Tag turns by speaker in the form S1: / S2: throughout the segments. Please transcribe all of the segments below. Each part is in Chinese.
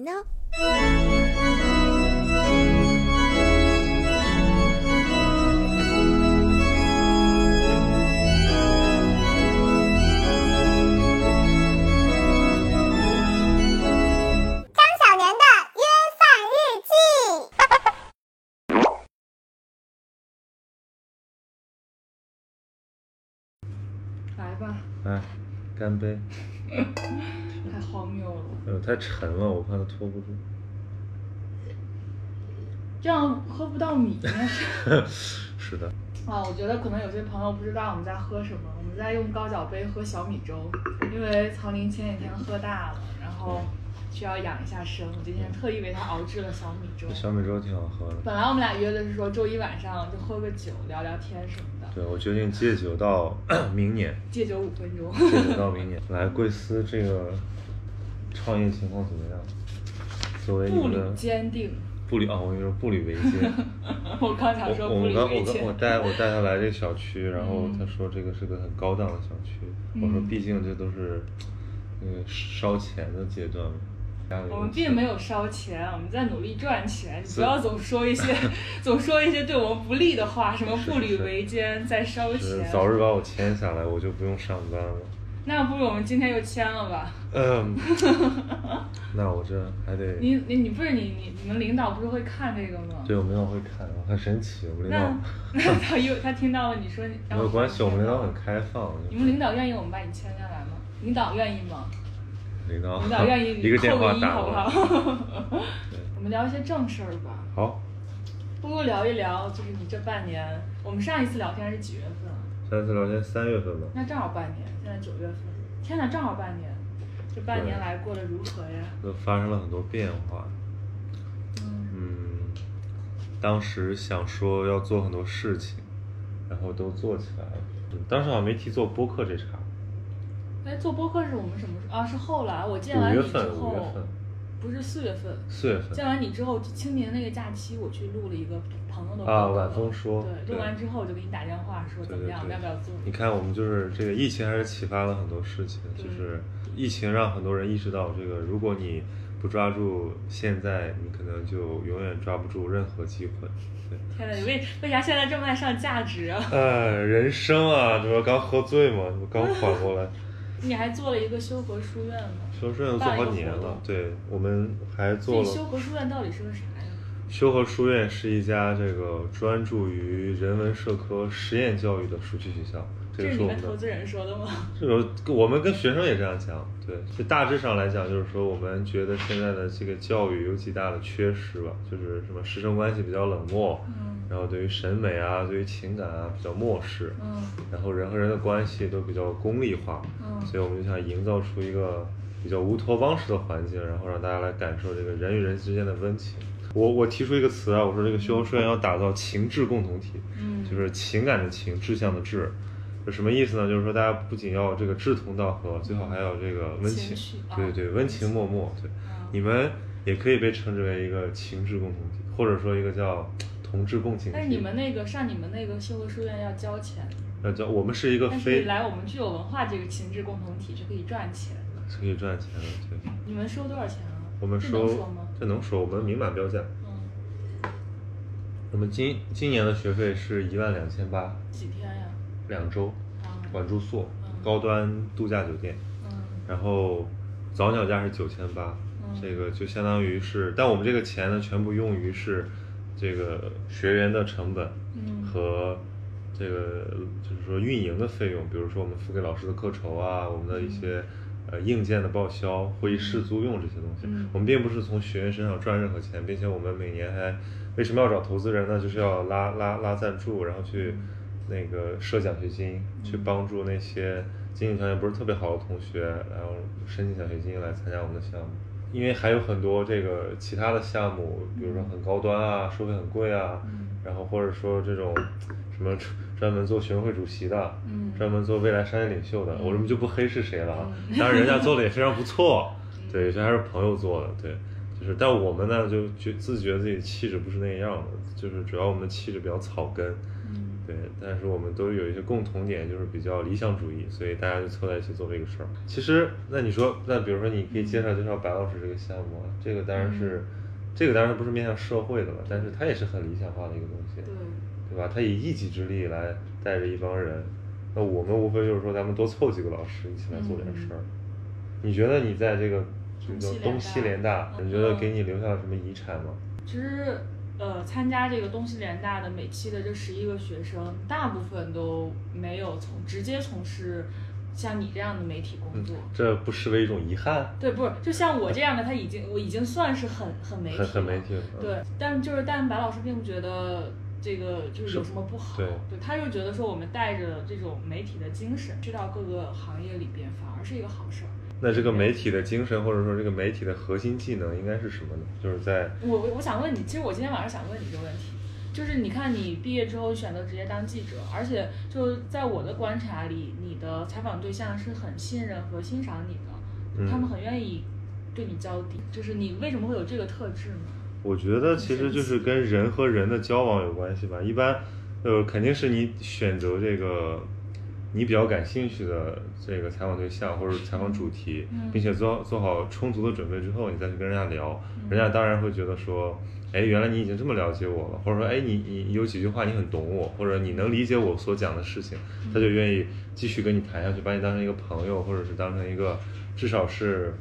S1: 呢？
S2: 小年的约饭日记。
S3: 来吧，
S4: 哎，干杯！
S3: 太荒谬了，
S4: 哎呦，太沉了，我怕它拖不住。
S3: 这样喝不到米。
S4: 是的，
S3: 啊，我觉得可能有些朋友不知道我们在喝什么，我们在用高脚杯喝小米粥，因为曹林前几天喝大了，然后需要养一下生，我今天特意为他熬制了小米粥
S4: 这。小米粥挺好喝的。
S3: 本来我们俩约的是说周一晚上就喝个酒聊聊天什么的，
S4: 对，我决定戒酒到 明年，
S3: 戒酒五分钟。
S4: 戒酒到明年。来，贵司这个创业情况怎么样？作为
S3: 步
S4: 你
S3: 履
S4: 的
S3: 坚定，
S4: 步履啊，我跟你说步履维艰。
S3: 我刚想说
S4: 我
S3: 步
S4: 我
S3: 履
S4: 刚我
S3: 维
S4: 刚我
S3: 艰。
S4: 带我带他来这个小区，然后
S3: 嗯
S4: 他说这个是个很高档的小区，
S3: 嗯
S4: 我说毕竟这都是那个烧钱的阶段嘛。家里
S3: 我们
S4: 有
S3: 并
S4: 钱
S3: 没有烧钱，我们在努力赚钱。你不要总说一 些总说一些对我们不利的话，什么
S4: 是
S3: 步履
S4: 是是
S3: 维艰，在烧
S4: 是
S3: 钱。
S4: 早日把我签下来，我就不用上班了。
S3: 那不如我们今天就签了吧？
S4: 嗯，那我这还得
S3: 你你你不是你你你们领导不是会看这个吗？
S4: 对我们领导会看，我很神奇，我们领
S3: 那
S4: 导
S3: 那他又他听到了你说你让
S4: 没有
S3: 我
S4: 关
S3: 签
S4: 系，我们领
S3: 吗
S4: 导很开放。
S3: 你们领导愿意我们把你签下来吗？领导愿意吗？
S4: 领导
S3: 领导愿意
S4: 哦 一个
S3: 你
S4: 电
S3: 扣
S4: 话
S3: 一
S4: 打
S3: 好不
S4: 完
S3: 好？
S4: 对
S3: 我们聊一些正事儿吧，
S4: 好，
S3: 不如聊一聊就是你这半年，我们上一次聊天是几月份啊？
S4: 上次聊天三月份吧，
S3: 那正好半年，现在九月份，天哪，正好半年，这半年来过得如何呀？
S4: 都发生了很多变化。
S3: 嗯
S4: 嗯，当时想说要做很多事情，然后都做起来了。嗯当时好像没提做播客这茬，
S3: 哎，做播客是我们什么时候啊？是后来我见
S4: 五
S3: 完
S4: 月
S3: 你之
S4: 份，五月
S3: 后，
S4: 份，
S3: 不是四月份，
S4: 四月份
S3: 见完你之后，清明那个假期我去录了一个朋友的
S4: 啊
S3: 播客
S4: 晚风说
S3: 对，
S4: 对
S3: 录完之后我就给你打电话说怎
S4: 对
S3: 么
S4: 对
S3: 样，
S4: 对
S3: 要不要做？
S4: 你看，我们就是这个疫情还是启发了很多事情，
S3: 对
S4: 就是疫情让很多人意识到，这个如果你不抓住现在，你可能就永远抓不住任何机 会。对，
S3: 天哪，你为为啥现在这么爱上价值啊？
S4: 呃，人生啊，这不刚喝醉嘛，这不 刚缓过来。
S3: 你还做了一个修和书院吗？
S4: 修书院做好几年了，对我们还
S3: 所
S4: 做
S3: 以
S4: 了
S3: 修和书院到底是个啥呀？
S4: 修和书院是一家这个专注于人文社科实验教育的暑期学校，这
S3: 这
S4: 个
S3: 是
S4: 是
S3: 你
S4: 我
S3: 们
S4: 们
S3: 投
S4: 的
S3: 资人说的吗？
S4: 这个我们跟学生也这样讲，对，就大致上来讲，就是说我们觉得现在的这个教育有几大的缺失吧，就是什么师生关系比较冷漠，
S3: 嗯
S4: 然后对于审美啊、对于情感啊比较漠视，
S3: 嗯
S4: 然后人和人的关系都比较功利化，
S3: 嗯
S4: 所以我们就想营造出一个比较乌托邦式的环境，然后让大家来感受这个人与人之间的温情。我我提出一个词啊，我说这个修和书院要打造情志共同体，
S3: 嗯，
S4: 就是情感的情，志向的志，就什么意思呢？就是说大家不仅要这个志同道合，最好还要这个温
S3: 情
S4: 情
S3: 趣，啊
S4: 对对，温情脉脉，对，
S3: 啊
S4: 你们也可以被称之为一个情志共同体，或者说一个叫同志共情体。
S3: 但是你们那个上你们那个修和书院要交钱，
S4: 呃叫我们是一个
S3: 但是
S4: 非
S3: 来我们具有文化这个情志共同体是可以赚钱的。
S4: 是可以赚钱的，对，
S3: 你们收多少钱啊？
S4: 我们
S3: 这
S4: 收
S3: 能说吗？
S4: 这能说，我们明码标价。
S3: 嗯，
S4: 我们今今年的学费是一万两千八，
S3: 几天呀？
S4: 两周，
S3: 啊，
S4: 管住宿
S3: 嗯，
S4: 高端度假酒店。
S3: 嗯
S4: 然后早鸟价是九千八
S3: 嗯，
S4: 这个就相当于是，但我们这个钱呢，全部用于是这个学员的成本
S3: 嗯
S4: 和这个就是说运营的费用，比如说我们付给老师的课酬啊，我们
S3: 嗯
S4: 的一些呃硬件的报销、会议室租用这些东西，
S3: 嗯
S4: 我们并不是从学员身上赚任何钱，并且我们每年还为什么要找投资人呢？就是要拉拉拉赞助，然后去
S3: 嗯
S4: 那个设奖学金，去帮助那些经济条件不是特别好的同学，然后申请奖学金来参加我们的项目。因为还有很多这个其他的项目，比如说很高端啊，收费很贵啊，
S3: 嗯
S4: 然后或者说这种什么专门做学生会主席的，
S3: 嗯
S4: 专门做未来商业领袖的，
S3: 嗯
S4: 我们就不黑是谁了啊。当然，人家做的也非常不错，
S3: 嗯
S4: 对，有些还是朋友做的，对，就是但我们呢就觉自觉自己气质不是那样的，就是主要我们的气质比较草根，
S3: 嗯
S4: 对，但是我们都有一些共同点，就是比较理想主义，所以大家就凑在一起做这个事儿。其实，那你说，那比如说，你可以介绍介绍白老师这个项目啊，这个当然是，
S3: 嗯
S4: 这个当然不是面向社会的了，但是它也是很理想化的一个东西，
S3: 嗯对，
S4: 对吧？它以一己之力来带着一帮人，那我们无非就是说，咱们多凑几个老师一起来做点事儿。你觉得你在这个这
S3: 嗯东西
S4: 个
S3: 联大嗯
S4: 东西联大，你觉得给你留下了什么遗产吗？
S3: 其实，呃，参加这个东西联大的每期的这十一个学生，大部分都没有从直接从事像你这样的媒体工作。
S4: 这不失为一种遗憾，
S3: 对，不是，就像我这样的，他已经我已经算是很很媒体
S4: 很
S3: 了。
S4: 很媒体了。嗯
S3: 对，但就是但白老师并不觉得这个就是有
S4: 是
S3: 什么不好，
S4: 对
S3: 他就觉得说我们带着这种媒体的精神去到各个行业里边，反而是一个好事儿。
S4: 那这个媒体的精神，或者说这个媒体的核心技能应该是什么呢？就是在
S3: 我我我想问你，其实我今天晚上想问你这个问题，就是你看你毕业之后选择直接当记者，而且就在我的观察里，你的采访对象是很信任和欣赏你的，
S4: 嗯
S3: 他们很愿意对你交底，就是你为什么会有这个特质呢？
S4: 我觉得其实就是跟人和人的交往有关系吧。一般，呃，肯定是你选择这个你比较感兴趣的这个采访对象或者采访主题，
S3: 嗯
S4: 并且做做好充足的准备之后，你再去跟人家聊，
S3: 嗯
S4: 人家当然会觉得说，哎，原来你已经这么了解我了，或者说，哎，你你你有几句话你很懂我，或者你能理解我所讲的事情，
S3: 嗯
S4: 他就愿意继续跟你谈下去，把你当成一个朋友，或者是当成一个至少是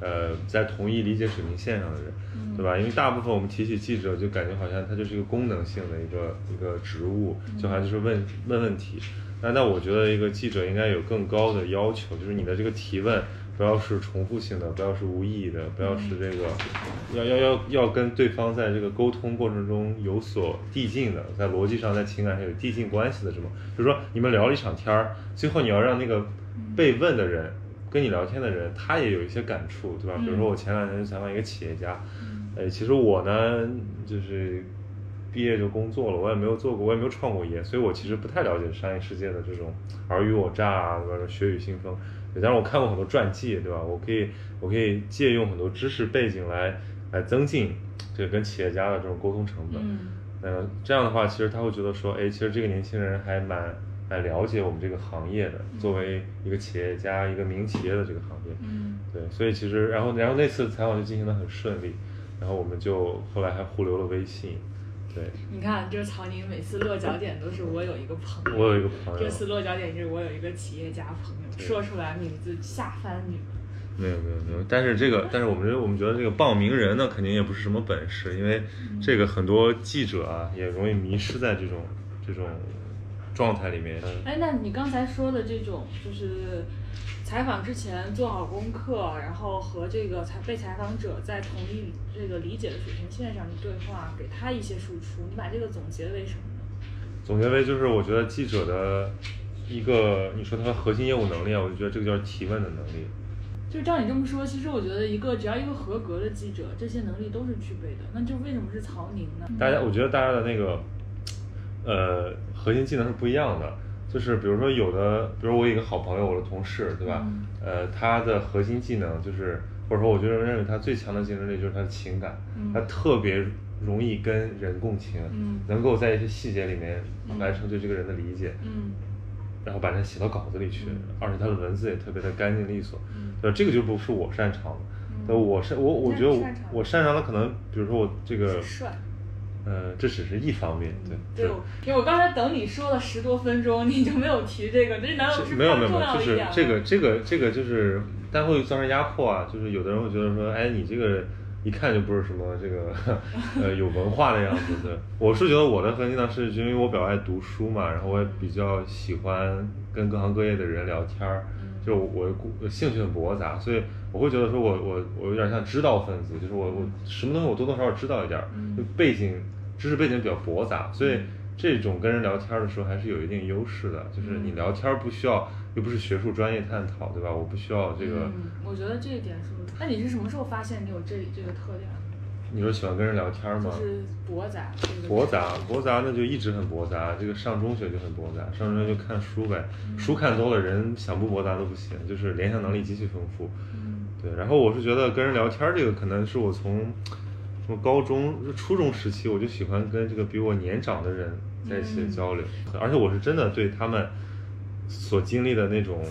S4: 呃在同一理解水平线上的人。
S3: 嗯
S4: 对吧？因为大部分我们提起记者，就感觉好像它就是一个功能性的一个一个职务，就好像就是问问问题。那那我觉得一个记者应该有更高的要求，就是你的这个提问不要是重复性的，不要是无意义的，不要是这个要要要要跟对方在这个沟通过程中有所递进的，在逻辑上、在情感上有递进关系的这么，就是说你们聊了一场天儿，最后你要让那个被问的人。跟你聊天的人，他也有一些感触，对吧？比如说我前两天去采访一个企业家，
S3: 嗯
S4: 呃，其实我呢，就是毕业就工作了，我也没有做过，我也没有创过业，所以我其实不太了解商业世界的这种尔虞我诈啊，或者血雨腥风。对，但是我看过很多传记，对吧？我可以，我可以借用很多知识背景来来增进这个跟企业家的这种沟通成本。
S3: 嗯
S4: 嗯，这样的话，其实他会觉得说，哎，其实这个年轻人还蛮蛮了解我们这个行业的，作为一个企业家，一个民营企业的这个行业。
S3: 嗯
S4: 对，所以其实，然后，然后那次采访就进行的很顺利，然后我们就后来还互留了微信。对，
S3: 你看，这曹宁每次落脚点都是我有一个朋友，
S4: 我有一个朋友
S3: 这次落脚点就是我有一个企业家朋友，
S4: 对
S3: 说出来名字吓翻你们。
S4: 没有没有没有，但是这个，但是我们觉得我们觉得这个报名人呢，肯定也不是什么本事，因为这个很多记者啊，也容易迷失在这种这种状态里面。嗯
S3: 哎，那你刚才说的这种，就是采访之前做好功课，然后和这个采被采访者在同一这个理解的水平线上的对话，给他一些输出，你把这个总结为什么呢？
S4: 总结为就是，我觉得记者的一个，你说他的核心业务能力啊，我就觉得这个叫提问的能力。
S3: 就照你这么说，其实我觉得一个只要一个合格的记者，这些能力都是具备的。那就为什么是曹宁呢？
S4: 大家，我觉得大家的那个，呃，核心技能是不一样的。就是比如说，有的，比如我有一个好朋友，我的同事，对吧？
S3: 嗯
S4: 呃，他的核心技能就是，或者说，我觉得认为他最强的竞争力就是他的情感，
S3: 嗯
S4: 他特别容易跟人共情，
S3: 嗯
S4: 能够在一些细节里面
S3: 嗯
S4: 完成对这个人的理解。
S3: 嗯
S4: 然后把它写到稿子里去
S3: 嗯，
S4: 而且他的文字也特别的干净利索
S3: 嗯，
S4: 对吧？这个就不是我擅长的，
S3: 嗯
S4: 对，我是我我
S3: 那
S4: 觉得
S3: 你
S4: 我
S3: 擅长的
S4: 我擅长的可能，比如说我这个
S3: 是帅。
S4: 呃，这只是一方面，对
S3: 嗯，对，我因为我刚才等你说了十多分钟，你就没有提这个，这难道
S4: 是
S3: 不是
S4: 没有
S3: 非
S4: 没有
S3: 常重要的一
S4: 没有，就是
S3: 点吗？
S4: 这个这个这个就是，但会造成压迫啊，就是有的人会觉得说，哎，你这个一看就不是什么这个呃有文化的样子。对，我是觉得我的核心呢，是因为我比较爱读书嘛，然后我也比较喜欢跟各行各业的人聊天儿，
S3: 嗯
S4: 就我的故兴趣很驳杂，所以我会觉得说我我我有点像知道分子，就是我我什么东西我多多少少知道一点儿，
S3: 嗯
S4: 就背景知识背景比较驳杂，所以。这种跟人聊天的时候还是有一定优势的，
S3: 嗯
S4: 就是你聊天不需要，又不是学术专业探讨，对吧？我不需要这个。
S3: 嗯，我觉得这一点是。那你是什么时候发现你有这这个特点的？
S4: 你说喜欢跟人聊天
S3: 就？
S4: 吗
S3: 是博杂。这个
S4: 驳杂，驳杂那就一直很驳杂。这个上中学就很驳杂，上中学就看书呗，
S3: 嗯
S4: 书看多了，人想不驳杂都不行，就是联想能力极其丰富。
S3: 嗯
S4: 对，然后我是觉得跟人聊天儿这个，可能是我从什么高中、初中时期我就喜欢跟这个比我年长的人在一起
S3: 嗯
S4: 交流。而且我是真的对他们所经历的那种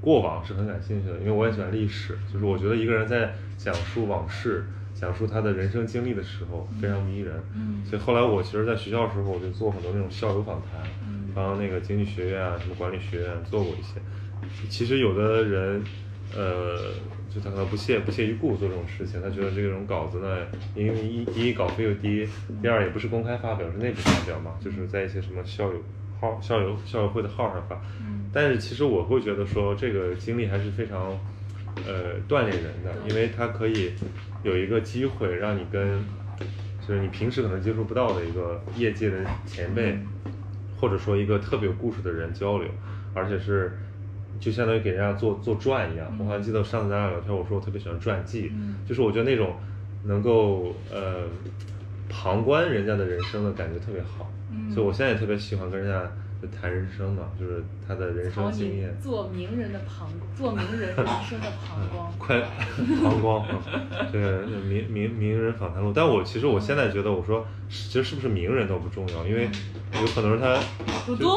S4: 过往是很感兴趣的，因为我也喜欢历史。就是我觉得一个人在讲述往事、讲述他的人生经历的时候非常迷人。
S3: 嗯
S4: 所以后来我其实，在学校的时候，我就做很多那种校友访谈，
S3: 嗯
S4: 帮那个经济学院啊、什么管理学院做过一些。其实有的人，呃，就他可能不屑不屑一顾做这种事情，他觉得这种稿子呢，因为一一稿费又低，第二也不是公开发表，是内部发表嘛，就是在一些什么校友号、校友校友会的号上发。
S3: 嗯
S4: 但是其实我会觉得说，这个经历还是非常，呃，锻炼人的，因为它可以有一个机会让你跟，就是你平时可能接触不到的一个业界的前辈，
S3: 嗯
S4: 或者说一个特别有故事的人交流，而且是就相当于给人家做做传一样。我好像记得上次咱俩聊天，我说我特别喜欢传记，
S3: 嗯
S4: 就是我觉得那种能够呃旁观人家的人生的感觉特别好。
S3: 嗯
S4: 所以我现在也特别喜欢跟人家就谈人生嘛，就是他的人
S3: 好，
S4: 生经
S3: 你
S4: 验，。
S3: 做名人的膀，做名人人生的膀胱
S4: 嗯快膀胱，这个名名名人访谈录。但我其实我现在觉得，我说其实是不是名人都不重要，因为有很多人他
S3: 嘟嘟，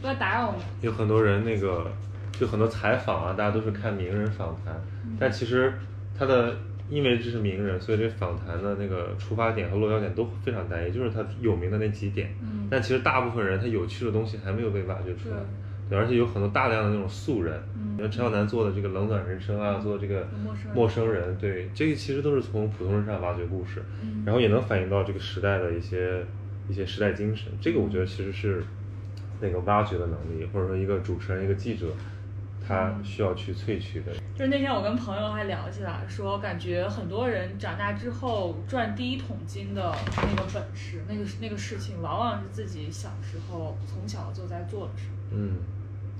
S3: 不要打扰我们。
S4: 有很多人那个就很多采访啊，大家都是看名人访谈，但其实他的。因为这是名人，所以这访谈的那个出发点和落脚点都非常单一，就是他有名的那几点。
S3: 嗯
S4: 但其实大部分人他有趣的东西还没有被挖掘出来
S3: 对，
S4: 对，而且有很多大量的那种素人，
S3: 嗯
S4: 你像陈小南做的这个冷暖人生啊，做的这个
S3: 陌生人
S4: 陌生人，对，这个其实都是从普通人身上挖掘故事，
S3: 嗯
S4: 然后也能反映到这个时代的一些一些时代精神，这个我觉得其实是那个挖掘的能力，或者说一个主持人一个记者，他
S3: 嗯
S4: 需要去萃取的，
S3: 就是那天我跟朋友还聊起来，说感觉很多人长大之后赚第一桶金的那个本事，那个那个事情，往往是自己小时候从小就在做的事。
S4: 嗯，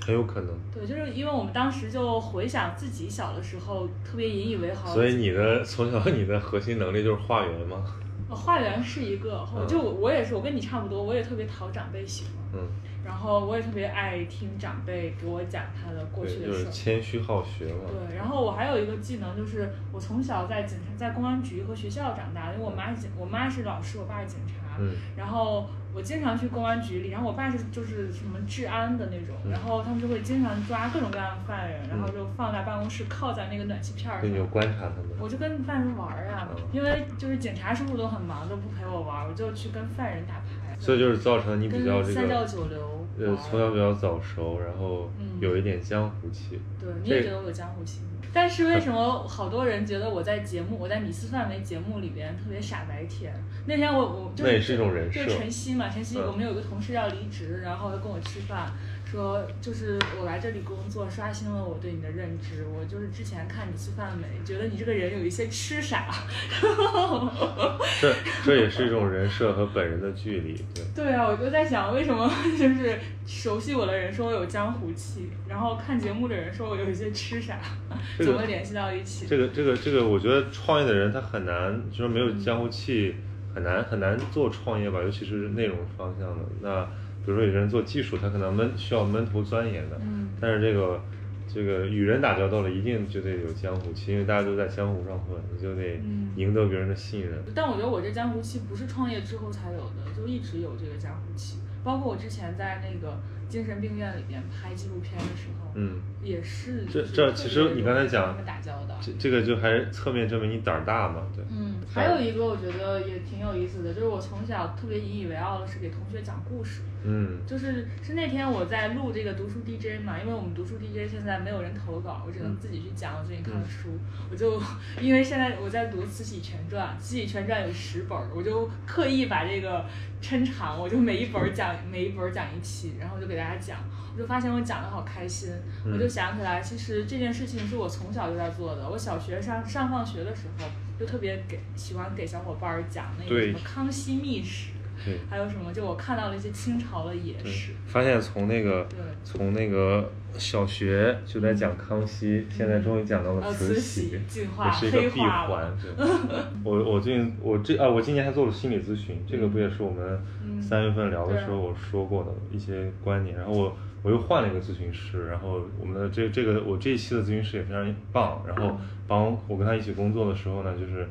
S4: 很有可能。
S3: 对，就是因为我们当时就回想自己小的时候，特别引以为豪。
S4: 所以你的从小你的核心能力就是化缘吗？
S3: 呃化缘是一个，
S4: 嗯
S3: 就我我也是，我跟你差不多，我也特别讨长辈喜欢，
S4: 嗯，
S3: 然后我也特别爱听长辈给我讲他的过去
S4: 对，
S3: 的
S4: 就是
S3: 事儿。
S4: 谦虚好学嘛。
S3: 对，然后我还有一个技能，就是我从小在警察、在公安局和学校长大，因为我妈是警，我妈是老师，我爸是警察，
S4: 嗯
S3: 然后我经常去公安局里，然后我爸是就是什么治安的那种，
S4: 嗯
S3: 然后他们就会经常抓各种各样的犯人，然后
S4: 嗯
S3: 就放在办公室靠在那个暖气片儿
S4: 所以
S3: 上
S4: 你。就观察他们。
S3: 我就跟犯人玩儿啊
S4: 嗯，
S3: 因为就是警察叔叔都很忙，都不陪我玩儿，我就去跟犯人打牌。
S4: 所以就是造成你比较
S3: 跟
S4: 这
S3: 三教
S4: 个，
S3: 九流玩
S4: 呃，
S3: 儿。
S4: 从小比较早熟，然后
S3: 嗯
S4: 有一点江湖气。
S3: 对，你也
S4: 这
S3: 觉得我有江湖气。但是为什么
S4: 嗯
S3: 好多人觉得我在节目，我在米四范围节目里边特别傻白甜？那天我我就
S4: 那也是一种人设
S3: 就是晨曦嘛，晨曦
S4: 嗯
S3: 我们有个同事要离职，然后他跟我吃饭，说就是我来这里工作刷新了我对你的认知，我就是之前看米四范围，觉得你这个人有一些痴傻。
S4: 这这也是一种人设和本人的距离，对。
S3: 对啊，我就在想，为什么 就是熟悉我的人说我有江湖气，然后看节目的人说我有一些痴傻，
S4: 这个
S3: 怎么联系到一起？
S4: 这个这个这个，我觉得创业的人他很难，就是没有
S3: 嗯
S4: 江湖气，很难很难做创业吧，尤其是内容方向的。那比如说有些人做技术，他可能闷需要闷头钻研的，
S3: 嗯
S4: 但是这个这个与人打交道了，一定就得有江湖气，因为大家都在江湖上混，你就得
S3: 嗯
S4: 赢得别人的信任。
S3: 但我觉得我这江湖气不是创业之后才有的，就一直有这个江湖气。包括我之前在那个精神病院里边拍纪录片的时候，
S4: 嗯，
S3: 也是
S4: 这
S3: 就是
S4: 这
S3: 特别
S4: 其实你刚才讲
S3: 跟他们打交道。
S4: 这这个就还是侧面证明你胆儿大嘛，对，
S3: 嗯，
S4: 是
S3: 还有一个我觉得也挺有意思的，就是我从小特别引以为傲的是给同学讲故事。
S4: 嗯
S3: 就是是那天我在录这个读书 DJ 嘛，因为我们读书 DJ 现在没有人投稿，我只
S4: 嗯
S3: 能自己去讲我最近看的书。我就因为现在我在读《慈禧全传》，《慈禧全传》有十本儿，我就刻意把这个抻长，我就每一本儿讲每一本儿讲一期，然后我就给大家讲，我就发现我讲的好开心，
S4: 嗯
S3: 我就想起来，其实这件事情是我从小就在做的。我小学上上放学的时候，就特别给喜欢给小伙伴儿讲那个
S4: 对
S3: 什么康熙秘史。
S4: 对。
S3: 还有什么？就我看到了一些清朝的野
S4: 对
S3: 史，
S4: 发现从那个
S3: 对
S4: 从那个小学就在讲康熙，现在终于讲到了
S3: 呃
S4: 慈
S3: 嗯慈禧进化
S4: 也是一个闭
S3: 黑化
S4: 环。对，我我最近我这啊，我今年还做了心理咨询，这个不也是我
S3: 嗯
S4: 们三月份聊的时候我说过的一些观点，然后我。我又换了一个咨询师，然后我们的这这个我这一期的咨询师也非常棒，然后帮我跟他一起工作的时候呢，就是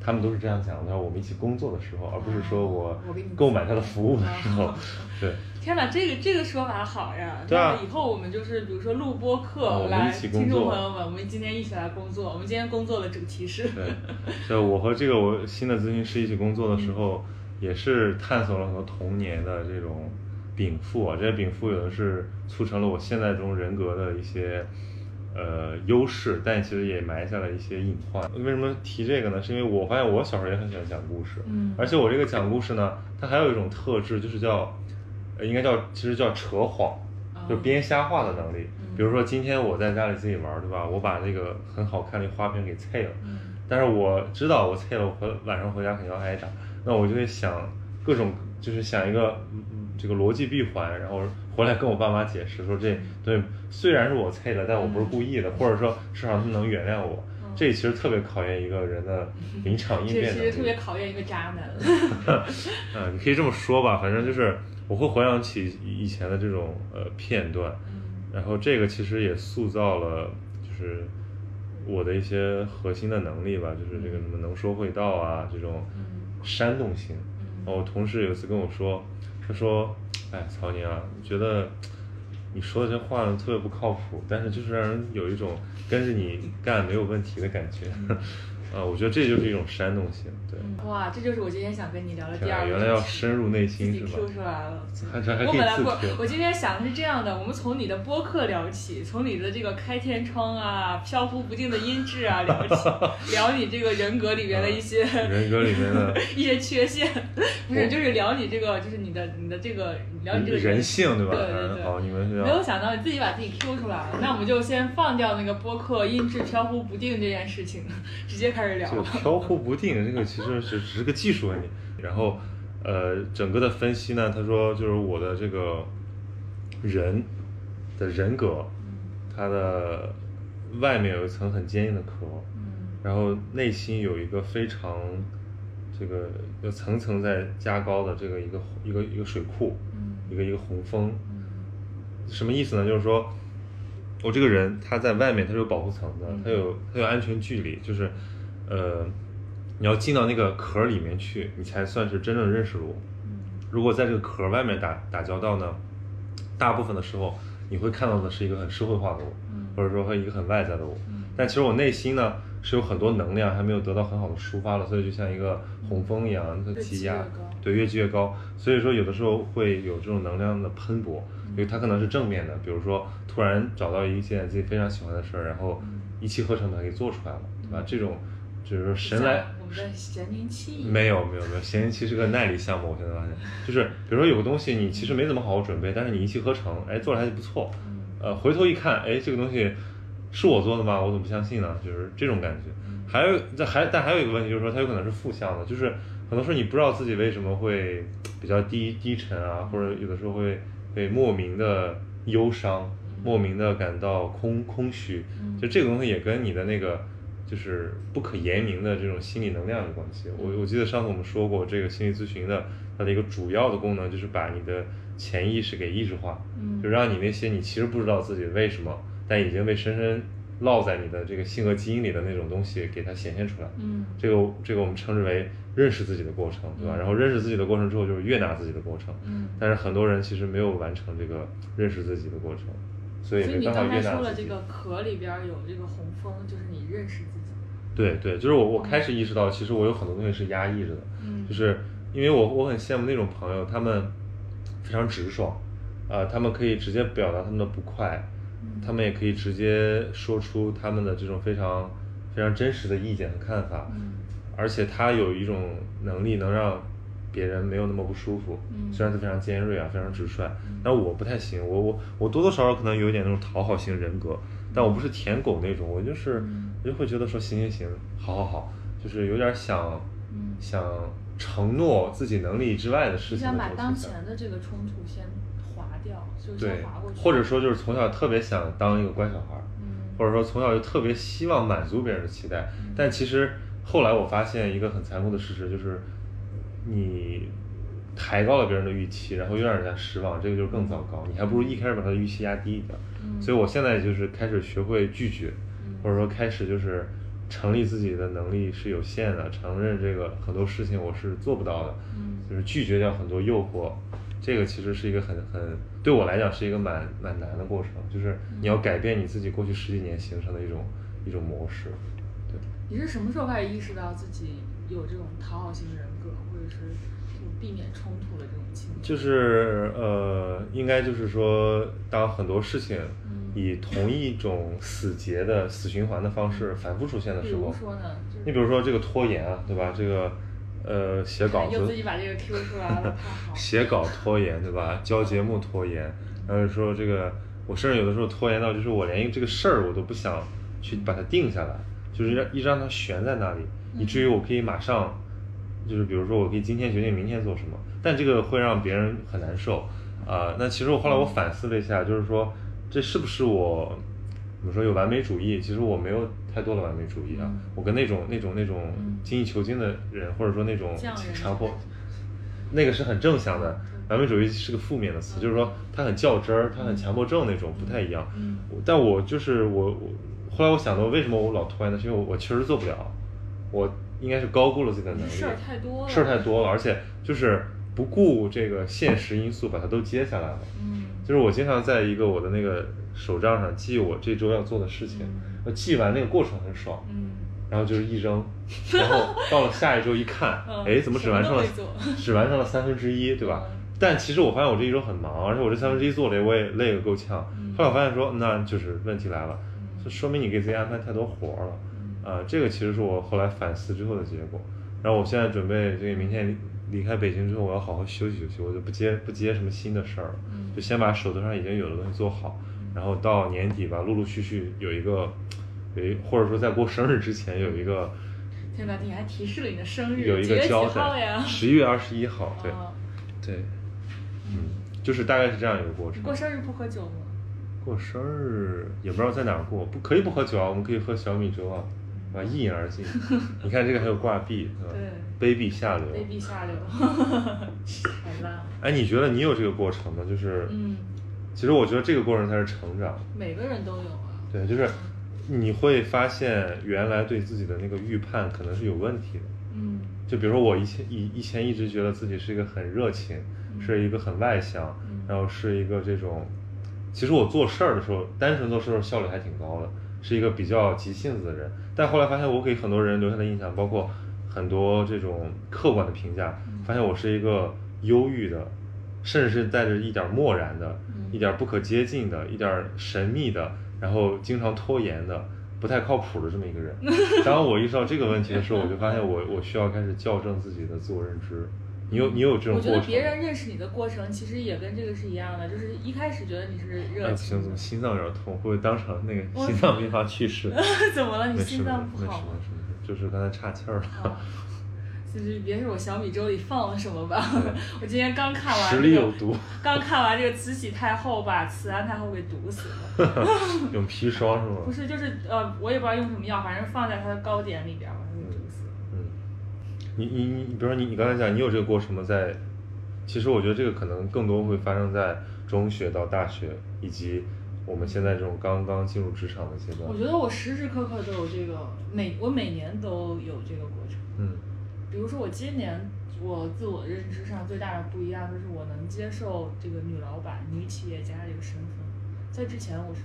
S4: 他们都是这样讲的，我们一起工作的时候，而不是说我
S3: 哦我给你
S4: 购买他的服务的时候
S3: 啊，
S4: 对，
S3: 天哪，这个这个说法好呀！
S4: 对啊哦
S3: 那以后我们就是比如说录播课
S4: 我们
S3: 来，
S4: 一起工
S3: 听众
S4: 作
S3: 朋友们，我们今天一起来工作。我们今天工作的主题是，
S4: 对，就我和这个我新的咨询师一起工作的时候，
S3: 嗯
S4: 也是探索了很多童年的这种禀赋啊，这些禀赋有的是促成了我现在中人格的一些呃优势，但其实也埋下了一些隐患。为什么提这个呢？是因为我发现我小时候也很喜欢讲故事，
S3: 嗯
S4: 而且我这个讲故事呢，它还有一种特质，就是叫呃应该叫其实叫扯谎。就
S3: 嗯
S4: 编瞎话的能力，
S3: 嗯
S4: 比如说今天我在家里自己玩儿，对吧？我把那个很好看的花瓶给碎了，
S3: 嗯
S4: 但是我知道我菜了，我回晚上回家肯定要挨打，那我就会想各种，就是想一个嗯嗯这个逻辑闭环，然后回来跟我爸妈解释说这对虽然是我菜了，但我不是故意的，或者说至少他们能原谅我。
S3: 嗯
S4: 这其实特别考验一个人的临场应
S3: 这
S4: 变
S3: 其实特
S4: 能力
S3: 别。考验一个渣 男。
S4: 嗯，你可以这么说吧，反正就是我会回想起以前的这种呃片段，
S3: 嗯
S4: 然后这个其实也塑造了，就是我的一些核心的能力吧，就是这个什么能说会道啊，这种
S3: 嗯
S4: 煽动性。然后我同事有一次跟我说，他说：“哎，曹宁啊，觉得你说的这话呢特别不靠谱，但是就是让人有一种跟着你干没有问题的感觉。 啊，我觉得这就是一种煽动性。对，
S3: 嗯哇，这就是我今天想跟你聊的第
S4: 天啊，
S3: 二个主题。
S4: 原来要深入内
S3: 自
S4: 心
S3: 己
S4: 是
S3: Q
S4: 吧？
S3: 出来了。
S4: 还这还
S3: 我
S4: 可以
S3: 本来
S4: 自
S3: 不，
S4: 评。
S3: 我今天想的是这样的：我们从你的播客聊起，从你的这个开天窗啊、飘忽不定的音质啊聊起，聊你这个人格里边的一些、
S4: 人格里面的
S3: 一些缺陷， 不
S4: 嗯我
S3: 是，就是聊你这个，就是你的你的这个聊你这个
S4: 人性对吧？
S3: 对对对
S4: 嗯，好，你们是
S3: 没有
S4: 要
S3: 想到你自己把自己 Q 出来了，那我们就先放掉那个播客音质飘忽不定这件事情，直接开始聊
S4: 这个。飘忽不定，这个其实是只是个技术问题。然后，呃，整个的分析呢，他说就是我的这个人的人格，
S3: 嗯
S4: 它的外面有一层很坚硬的壳，
S3: 嗯
S4: 然后内心有一个非常这个有层层在加高的这个一个一个一个水库，
S3: 嗯
S4: 一个一个洪峰。什么意思呢？就是说，我这个人他在外面他是有保护层的，
S3: 嗯
S4: 他有他有安全距离，就是，呃，你要进到那个壳儿里面去，你才算是真正认识我。如果在这个壳儿外面打打交道呢，大部分的时候你会看到的是一个很社会化的我，
S3: 嗯
S4: 或者说和一个很外在的我。
S3: 嗯
S4: 但其实我内心呢是有很多能量还没有得到很好的抒发了，所以就像一个洪峰一样，它
S3: 越
S4: 积
S3: 积
S4: 压
S3: 越高，
S4: 对，越积越高。所以说有的时候会有这种能量的喷薄，
S3: 嗯
S4: 因为它可能是正面的，比如说突然找到一件自己非常喜欢的事儿，然后
S3: 嗯
S4: 一气呵成把它给做出来了，对吧
S3: 嗯？
S4: 这种就是说神来。
S3: 我们的咸宁期
S4: 没有没有没有，闲情其实个耐力项目，我现在发现，就是比如说有个东西你其实没怎么好好准备，但是你一气呵成，哎，做的还不错，呃，回头一看，哎，这个东西是我做的吗？我怎么不相信呢？就是这种感觉。
S3: 嗯
S4: 还有，这还但还有一个问题就是说，它有可能是负向的，就是很多时候你不知道自己为什么会比较低低沉啊，或者有的时候会会莫名的忧伤，莫名的感到空空虚。就这个东西也跟你的那个就是不可言明的这种心理能量有关系。我我记得上次我们说过，这个心理咨询的它的一个主要的功能就是把你的潜意识给意识化，
S3: 嗯
S4: 就让你那些你其实不知道自己为什么，但已经被深深烙在你的这个性格基因里的那种东西给它显现出来。
S3: 嗯
S4: 这个这个我们称之为认识自己的过程，对吧？
S3: 嗯
S4: 然后认识自己的过程之后就是悦纳自己的过程，
S3: 嗯
S4: 但是很多人其实没有完成这个认识自己的过程，所以
S3: 所以
S4: 没
S3: 你
S4: 办法
S3: 刚才
S4: 悦纳
S3: 说了
S4: 自己。
S3: 这个壳里边有这个红枫，就是你认识自己。
S4: 对对，就是我我开始意识到，其实我有很多东西是压抑着的，
S3: 哦嗯
S4: 就是因为我我很羡慕那种朋友，他们非常直爽，呃，他们可以直接表达他们的不快，
S3: 嗯
S4: 他们也可以直接说出他们的这种非常非常真实的意见和看法，
S3: 嗯
S4: 而且他有一种能力能让别人没有那么不舒服，
S3: 嗯
S4: 虽然他非常尖锐啊，非常直率
S3: 嗯，
S4: 但我不太行，我我我多多少少可能有一点那种讨好型人格，但我不是舔狗那种，我就是
S3: 嗯
S4: 我就会觉得说行行行，好好好，就是有点想
S3: 嗯
S4: 想承诺自己能力之外的事
S3: 你
S4: 情
S3: 想
S4: 的时
S3: 把
S4: 候
S3: 当
S4: 去想
S3: 前的这个冲突先划掉，就是
S4: 对
S3: 先划过，去，
S4: 或者说就是从小特别想当一个乖小孩儿，
S3: 嗯
S4: 或者说从小就特别希望满足别人的期待
S3: 嗯，
S4: 但其实后来我发现一个很残酷的事实，就是你抬高了别人的预期，然后又让人家失望，这个就是更糟糕。你还不如一开始把他的预期压低一点。
S3: 嗯
S4: 所以我现在就是开始学会拒绝，
S3: 嗯
S4: 或者说开始就是成立自己的能力是有限的，承认这个很多事情我是做不到的，
S3: 嗯
S4: 就是拒绝掉很多诱惑。这个其实是一个很很对我来讲是一个蛮蛮难的过程，就是你
S3: 嗯
S4: 要改变你自己过去十几年形成的一种一种模式。对，
S3: 你是什么时候开始意识到自己有这种讨好型人格，或者是这种避免冲突的这种倾向？
S4: 就是呃，应该就是说，当很多事情
S3: 嗯
S4: 以同一种死结的死循环的方式反复出现
S3: 嗯
S4: 的
S3: 比
S4: 时候
S3: 如，说呢，就是
S4: 你比如说这个拖延啊，对吧？这个呃，写 稿
S3: 又
S4: 子
S3: 自己把这个 Q 出来了，怕好。
S4: 写稿呃拖延，对吧？交节目拖延，然
S3: 嗯
S4: 后说这个，我甚至有的时候拖延到就是我连这个事儿我都不想去把它定下来，就是让一让它悬在那里，以至于
S3: 嗯
S4: 我可以马上，就是比如说我可以今天决定明天做什么，但这个会让别人很难受啊、那其实我后来
S3: 嗯
S4: 我反思了一下，就是说这是不是我怎么说有完美主义？其实我没有太多的完美主义啊，
S3: 嗯
S4: 我跟那种那种那种
S3: 嗯
S4: 精益求精的人，或者说那种
S3: 匠人
S4: 强迫。那个是很正向的，完美主义是个负面的词，就是说它很较真儿，它很强迫症那种，不太一样。
S3: 嗯
S4: 我但我就是我，我后来我想到为什么我老拖延呢？是因为我我确实做不了，我应该是高估了自己的能力，
S3: 事儿太多了
S4: 事儿太多了，而且就是不顾这个现实因素把它都接下来了。
S3: 嗯
S4: 就是我经常在一个我的那个手账上记我这周要做的事情
S3: 嗯，
S4: 我记完那个过程很爽，
S3: 嗯，
S4: 然后就是一扔，然后到了下一周一看
S3: 嗯，
S4: 哎，怎么只完成了
S3: 什么都没做
S4: 只完成了三分之一，对吧
S3: 嗯？
S4: 但其实我发现我这一周很忙，而且我这三分之一做了我也累个够呛
S3: 嗯。
S4: 后来我发现说，那就是问题来了，
S3: 嗯
S4: 就说明你给自己安排太多活儿了。啊、这个其实是我后来反思之后的结果。然后我现在准备这个明天离离开北京之后，我要好好休息休息，我就不接不接什么新的事儿了，
S3: 嗯
S4: 就先把手头上已经有的东西做好，然后到年底吧，陆陆续续有一个，有一或者说在过生日之前有一个
S3: 天哪，你还提示了你的生日，
S4: 有一
S3: 几
S4: 个
S3: 月几
S4: 交
S3: 号
S4: 代，
S3: 呀？
S4: 十一月二十一号， 对、
S3: 啊
S4: 对，嗯，就是大概是这样一个过
S3: 你
S4: 程。
S3: 过生日不喝酒吗？
S4: 过生日也不知道在哪儿过，不可以不喝酒啊，我们可以喝小米粥啊，啊一饮 而尽。你看这个还有挂壁，吧卑鄙下流。
S3: 卑鄙下流， 好吧。
S4: 哎，你觉得你有这个过程吗？就是，
S3: 嗯，
S4: 其实我觉得这个过程才是成长。
S3: 每个人都有啊。
S4: 对，就是
S3: 嗯
S4: 你会发现原来对自己的那个预判可能是有问题的。
S3: 嗯
S4: 就比如说我以前以以前一直觉得自己是一个很热情，
S3: 嗯
S4: 是一个很外向，
S3: 嗯
S4: 然后是一个这种，其实我做事儿的时候，单纯做事儿的时候效率还挺高的，是一个比较急性子的人。但后来发现我给很多人留下的印象，包括很多这种客观的评价，
S3: 嗯
S4: 发现我是一个忧郁的，甚至是带着一点儿漠然的，
S3: 嗯
S4: 一点儿不可接近的，一点儿神秘的，然后经常拖延的。不太靠谱的这么一 个人，当我意识到这个问题的时候，我就发现我我需要开始校正自己的自我认知。你有你有这种
S3: 嗯我觉
S4: 过程吗？
S3: 得
S4: 哎
S3: 别人认识你的过程，其实也跟这个是一样的，就是一开始觉得你是
S4: 哎
S3: 热
S4: 不行，
S3: 情
S4: 怎
S3: 的
S4: 么，心脏有点痛？会不会当场那个心脏病发 去世？
S3: 怎么了？你
S4: 没事
S3: 心
S4: 没事
S3: 脏
S4: 没
S3: 不
S4: 事没
S3: 好吗？
S4: 事，就是刚才岔气儿了。
S3: 啊，就是别是我小米粥里放了什么吧
S4: 对。
S3: 我今天刚看完、这
S4: 实
S3: 个，
S4: 力有 毒，
S3: 刚看完这个慈禧太后把慈安太后给毒死了。
S4: 用砒霜是吗？
S3: 不是，就是呃，我也不知道用什么药，反正放在她的糕点里边儿把她给毒死了。
S4: 嗯，你你你，比如说你你刚才讲你有这个过程吗？在，其实我觉得这个可能更多会发生在中学到大学，以及我们现在这种刚刚进入职场的阶段
S3: 我。觉得我时时刻刻都有这个，每我每年都有这个过程。
S4: 嗯
S3: 比如说我今年我自我认知上最大的不一样，就是我能接受这个女老板、女企业家这个身份。在之前我是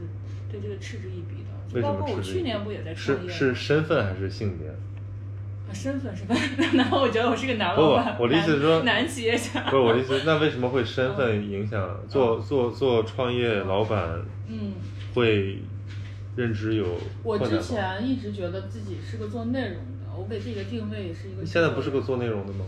S3: 对这个嗤之以鼻的，就
S4: 为什
S3: 包
S4: 么
S3: 括我
S4: 吃这
S3: 去
S4: 一
S3: 年
S4: 步
S3: 不也在创
S4: 是
S3: 业
S4: 是
S3: 吗？
S4: 身份还是性别？
S3: 啊身份身份， 然后我觉得我是个男
S4: 不
S3: 老
S4: 不
S3: 板，
S4: 我的意思
S3: 男
S4: 是说
S3: 男企业家。
S4: 不是我的意思，那为什么会身份影响做做做创业老板
S3: 嗯，
S4: 会认知有
S3: 我
S4: 困难
S3: 之
S4: 吗？
S3: 前一直觉得自己是个做内容的，我给自己的定位也是一个。
S4: 你现在不是个做内容的吗？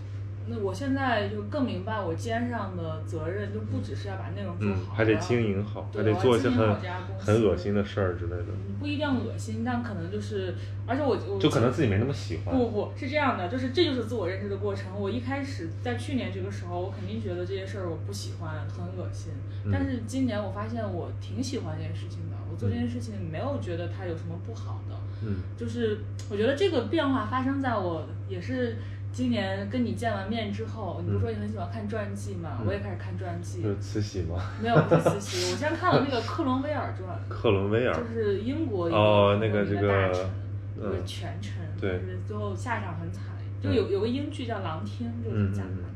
S3: 那我现在就更明白，我肩上的责任就不只是要把内容做
S4: 嗯
S3: 好，，
S4: 还得
S3: 我要
S4: 经营好，
S3: 对
S4: 还得
S3: 我要
S4: 做一些
S3: 经营好
S4: 很
S3: 这家公司
S4: 很恶心的事儿之类的，
S3: 嗯不一定恶心，但可能就是，而且我我
S4: 就可能自己没那么喜欢。
S3: 不不是这样的，就是这就是自我认知的过程。我一开始在去年这个时候，我肯定觉得这些事儿我不喜欢，很恶心。
S4: 嗯
S3: 但是今年我发现我挺喜欢这件事情的，我做
S4: 嗯
S3: 这件事情没有觉得它有什么不好的。
S4: 嗯
S3: 就是我觉得这个变化发生在我也是今年跟你见完面之后，你不是说你很喜欢看传记嘛，
S4: 嗯
S3: 我也开始看传记。
S4: 就是慈禧嘛，
S3: 没有，不是慈禧，我先看了那个《克伦威尔传》。
S4: 克伦威尔
S3: 就，是英国一
S4: 哦
S3: 很
S4: 那
S3: 有
S4: 个
S3: 名的
S4: 这个
S3: 大臣就是
S4: 嗯
S3: 全程，
S4: 对
S3: 就是最后下一场很惨，就有有个英剧叫《狼厅》，就是讲他的。
S4: 嗯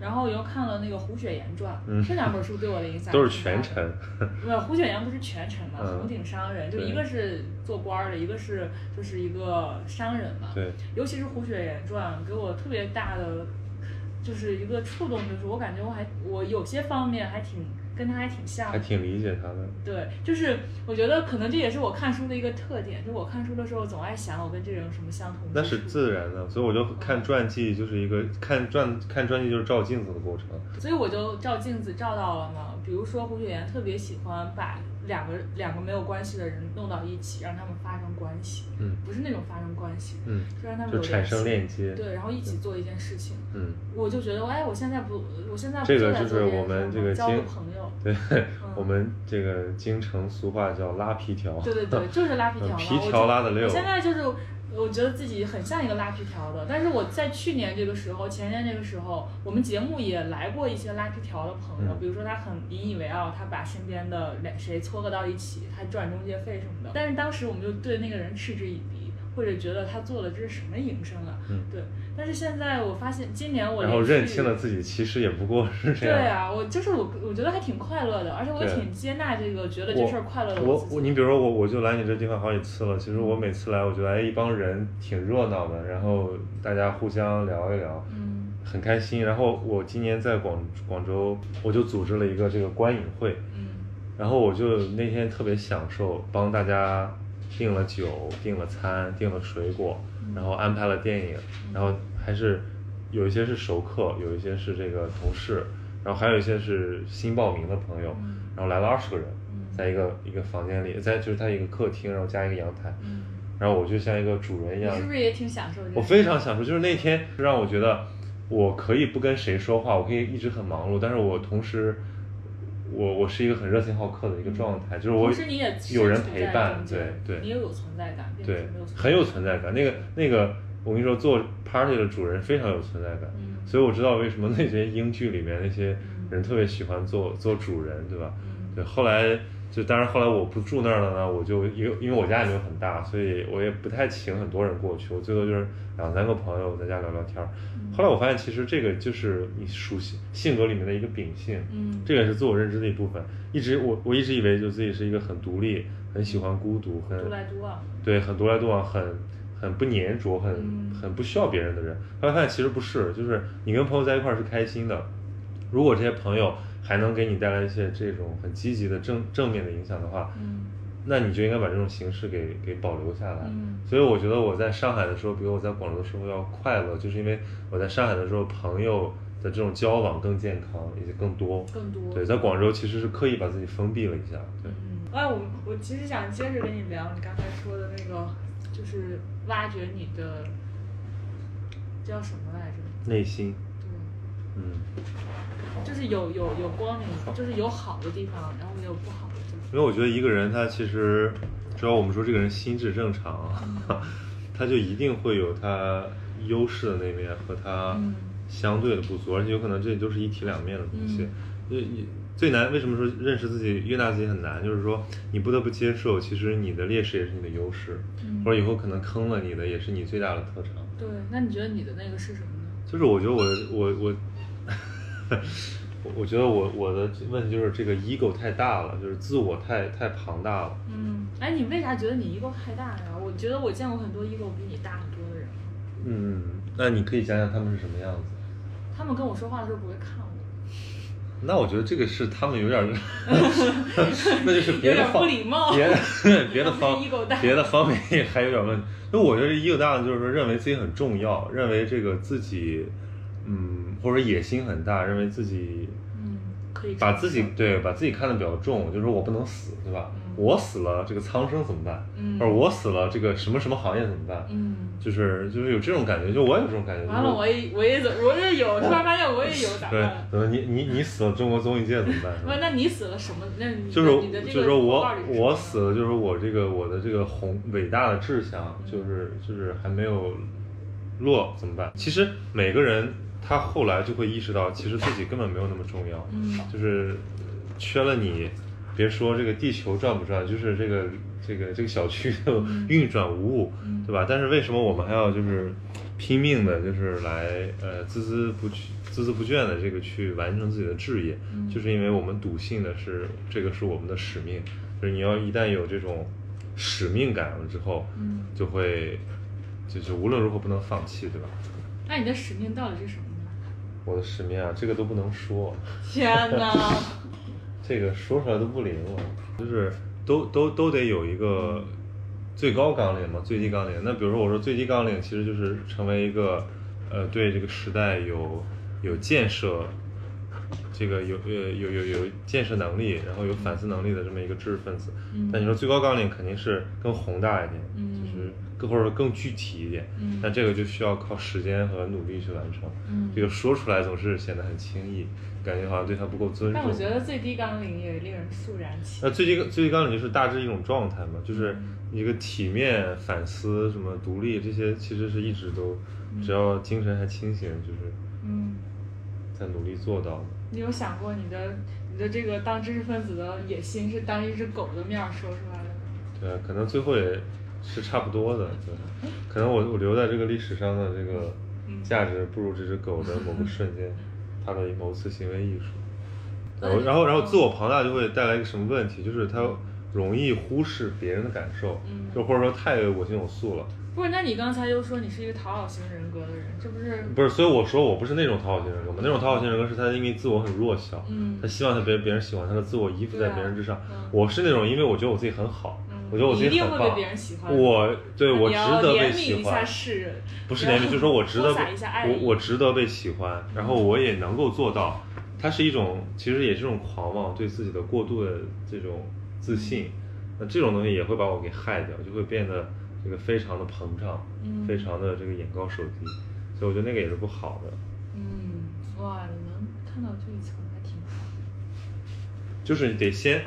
S3: 然后又看了那个《胡雪岩传》
S4: 嗯
S3: 这两本书对我的影响
S4: 都是
S3: 挺大
S4: 全
S3: 的
S4: 程，
S3: 不是呃胡雪岩不是全程嘛，
S4: 嗯
S3: 红顶商人，就
S4: 对
S3: 一个是做官儿的，一个是就是一个商人嘛。
S4: 对，
S3: 尤其是《胡雪岩传》，给我特别大的就是一个触动，就是我感觉我还我有些方面还挺跟他还挺像
S4: 还
S3: 的。
S4: 挺理解他的。
S3: 对，就是我觉得可能这也是我看书的一个特点，就我看书的时候总爱想我跟这人有什么相同之
S4: 那
S3: 处。
S4: 是自然的，所以我就看传记，就是一个看传看传记就是照镜子的过程。
S3: 所以我就照镜子照到了嘛。比如说胡雪岩特别喜欢把两个两个没有关系的人弄到一起，让他们发生关系，
S4: 嗯
S3: 不是那种发生关系，
S4: 嗯，
S3: 就让他们
S4: 就
S3: 有
S4: 产生
S3: 联
S4: 链
S3: 系，
S4: 接。
S3: 对，然后一起做一件事情。
S4: 嗯，
S3: 我就觉得，哎，我现在不，我现在不
S4: 这个
S3: 在
S4: 就
S3: 做
S4: 是
S3: 件事
S4: 我们
S3: 我
S4: 这个
S3: 交个
S4: 京
S3: 朋友，，嗯
S4: 对 我们这个京城俗话叫拉皮条。
S3: 对对 对，就是拉皮条嘛。
S4: 皮
S3: 我
S4: 条
S3: 就
S4: 拉得溜
S3: 我现在就是，我觉得自己很像一个拉皮条的，但是我在去年这个时候、前年这个时候，我们节目也来过一些拉皮条的朋友，
S4: 嗯
S3: 比如说他很引以为傲，他把身边的两谁撮合到一起，还赚中介费什么的。但是当时我们就对那个人嗤之以鼻，或者觉得他做的这是什么营生啊？
S4: 嗯
S3: 对。但是现在我发现，今年我
S4: 然后
S3: 连
S4: 认
S3: 续
S4: 清了自己，其实也不过是这
S3: 对
S4: 样。
S3: 啊，我就是我，我觉得还挺快乐的，而且我也
S4: 对
S3: 挺接纳这个，觉得这
S4: 我
S3: 事儿快乐的
S4: 我
S3: 自己
S4: 我，你比如说我，我就来你这地方好几次了。其实我每次来，我觉得哎，一帮人挺热闹的，然后大家互相聊一聊，
S3: 嗯
S4: 很开心。然后我今年在广广州，我就组织了一个这个观影会，
S3: 嗯。
S4: 然后我就那天特别享受，帮大家订了酒、订了餐、订了水果，然后安排了电影，然后还是有一些是熟客，有一些是这个同事，然后还有一些是新报名的朋友，
S3: 嗯
S4: 然后来了二十个人
S3: 嗯，
S4: 在一个一个房间里，在就是它一个客厅，然后加一个阳台，
S3: 嗯
S4: 然后我就像一个主人一
S3: 你
S4: 样，
S3: 是不是也挺享受这个？
S4: 哎我非常享受，就是那天让我觉得我可以不跟谁说话，我可以一直很忙碌，但是我同时，我我是一个很热情好客的一个状态，就是我
S3: 嗯同时你也是
S4: 有人
S3: 存
S4: 陪
S3: 在
S4: 伴
S3: 中，
S4: 对
S3: 间
S4: 对
S3: 你也有存在感，并不
S4: 对
S3: 是没有存，在
S4: 很有存在感。那个那个，我跟你说，做 party 的主人非常有存在感，
S3: 嗯
S4: 所以我知道为什么那些英剧里面那些
S3: 嗯
S4: 人特别喜欢做做主人，对吧？
S3: 嗯
S4: 对，后来就当然后来我不住那儿了呢，我就因为因为我家也没有很大，所以我也不太请很多人过去，我最多就是两三个朋友在家聊聊天儿。
S3: 嗯
S4: 后来我发现其实这个就是你属性性格里面的一个秉性，
S3: 嗯
S4: 这个也是自我认知的一部分。一直我我一直以为就自己是一个很独立、很喜欢孤独、很
S3: 独来独往，
S4: 对，很独来独往，很很不粘着，很、
S3: 嗯
S4: 很不需要别人的人。后来发现其实不是，就是你跟朋友在一块儿是开心的，如果这些朋友还能给你带来一些这种很积极的正正面的影响的话，
S3: 嗯
S4: 那你就应该把这种形式给给保留下来。
S3: 嗯
S4: 所以我觉得我在上海的时候，比我在广州的时候要快乐，就是因为我在上海的时候，朋友的这种交往更健康，也就更多。
S3: 更多
S4: 对，在广州其实是刻意把自己封闭了一下。对，
S3: 嗯，哎，我我其实想接着跟你聊你刚才说的那个，就是挖掘你的叫什么来着？
S4: 内心，
S3: 对，
S4: 嗯。
S3: 就是有有有光明，就是有好的地方，然后也有不好的地方。
S4: 因为我觉得一个人他其实，只要我们说这个人心智正常
S3: 嗯
S4: 啊，他就一定会有他优势的那面和他
S3: 嗯
S4: 相对的不足，而且有可能这都是一体两面的东西
S3: 嗯。
S4: 就你最难，为什么说认识自己、接纳自己很难？就是说你不得不接受，其实你的劣势也是你的优势，
S3: 嗯
S4: 或者以后可能坑了你的也是你最大的特长。
S3: 对，那你觉得你的那个是什么呢？
S4: 就是我觉得我我我， 我我觉得我我的问题就是这个 ego 太大了，就是自我太太庞大了。
S3: 嗯，哎，你为啥觉得你 ego 太大呀？我觉得我见过很多 ego 比你大很多的人，
S4: 嗯，那你可以讲讲他们是什么样子？
S3: 他们跟我说话的时候不会看我，
S4: 那我觉得这个是他们有点儿， 那就是别
S3: 有
S4: 的
S3: 点
S4: 方
S3: 不礼貌
S4: 别的别的
S3: 他
S4: 方
S3: 们是 ego 大
S4: 别的方面也还有点问题。那我觉得 ego 大就是说认为自己很重要，认为这个自己，嗯，或者野心很大，认为自己
S3: 嗯，可以
S4: 把
S3: 承
S4: 自己
S3: 受
S4: 对把自己看得比较重，就是说我不能死，对吧？
S3: 嗯
S4: 我死了，这个苍生怎么办？
S3: 嗯
S4: 或者我死了，这个什么什么行业怎么办？
S3: 嗯，
S4: 就是就是有这种感觉，就我有这种感觉。
S3: 完
S4: 就
S3: 了，
S4: 是
S3: 我也我也怎我也有，突然发现我也 有咋办
S4: 对
S3: 了，？
S4: 怎么你你你死了，中国综艺界怎么办？是
S3: 不
S4: 吧
S3: 是，那你死了什么？那你的
S4: 就
S3: 你
S4: 是
S3: 的这个
S4: 就是说
S3: 口
S4: 我
S3: 号里是
S4: 我
S3: 什
S4: 死
S3: 么
S4: 了，就是我这个我的这个宏伟大的志向，
S3: 嗯
S4: 就是就是还没有落怎么办？其实每个人他后来就会意识到，其实自己根本没有那么重要，
S3: 嗯
S4: 就是缺了你，别说这个地球转不转，就是这个这个这个小区的 运转无误，
S3: 嗯
S4: 对吧？但是为什么我们还要就是拼命的，就是来呃孜孜不倦、孜孜不倦的这个去完成自己的志业，
S3: 嗯
S4: 就是因为我们笃信的是这个是我们的使命，就是你要一旦有这种使命感了之后，
S3: 嗯
S4: 就会就就无论如何不能放弃，对吧？
S3: 那你的使命到底是什么呢？
S4: 我的使命啊，这个都不能说，
S3: 天哪！
S4: 这个说出来都不灵了，就是都都都得有一个最高纲领嘛，最低纲领。那比如说我说最低纲领，其实就是成为一个呃对这个时代有有建设，这个有呃有有有建设能力，然后有反思能力的这么一个知识分子。
S3: 嗯
S4: 但你说最高纲领肯定是更宏大一点，
S3: 嗯
S4: 就是更或者说更具体一点。
S3: 嗯
S4: 但这个就需要靠时间和努力去完成。
S3: 嗯
S4: 这个说出来总是显得很轻易，感觉好像对它不够尊重。
S3: 但我觉得最低纲领也令人肃然起
S4: 那呃最低最低纲领就是大致一种状态嘛，就是一个体面、反思、什么独立这些，其实是一直都，只要精神还清醒，就是
S3: 嗯，
S4: 在努力做到的。
S3: 你有想过你的你的这个当知识分子的野心是当一只狗的面儿说出来的吗？
S4: 对啊，可能最后也是差不多的。对，可能我我留在这个历史上的这个
S3: 嗯
S4: 价值不如这只狗的某个瞬间，它的某次行为艺术。然后
S3: 嗯
S4: 然后然后自我庞大就会带来一个什么问题？就是它容易忽视别人的感受，
S3: 嗯
S4: 就或者说太我行我素了。
S3: 不是，那你刚才又说你是一个讨好型人格的人，这不是？
S4: 不是，所以我说我不是那种讨好型人格嘛，那种讨好型人格是他因为自我很弱小，
S3: 嗯
S4: 他希望他别别人喜欢他的自我依附在
S3: 对啊
S4: 别人之上。
S3: 嗯
S4: 我是那种，因为我觉得我自己很好，
S3: 嗯
S4: 我觉得我自
S3: 你一
S4: 己
S3: 定
S4: 很
S3: 会
S4: 棒，
S3: 被别人喜欢
S4: 我对
S3: 那
S4: 我
S3: 你
S4: 值
S3: 要
S4: 得被
S3: 怜
S4: 喜
S3: 悯一下
S4: 欢，
S3: 世人，
S4: 不是
S3: 然
S4: 怜
S3: 后
S4: 悯，就是说我值得
S3: 播撒
S4: 被
S3: 一下爱
S4: 我
S3: 意
S4: 我值得被喜欢，然后我也能够做到。它是一种，其实也是一种狂妄，对自己的过度的这种自信。
S3: 嗯
S4: 那这种东西也会把我给害掉，就会变得这个非常的膨胀，
S3: 嗯
S4: 非常的这个眼高手低。所以我觉得那个也是不好的。
S3: 嗯，哇，你能看到这一层还挺好。
S4: 就是你得先，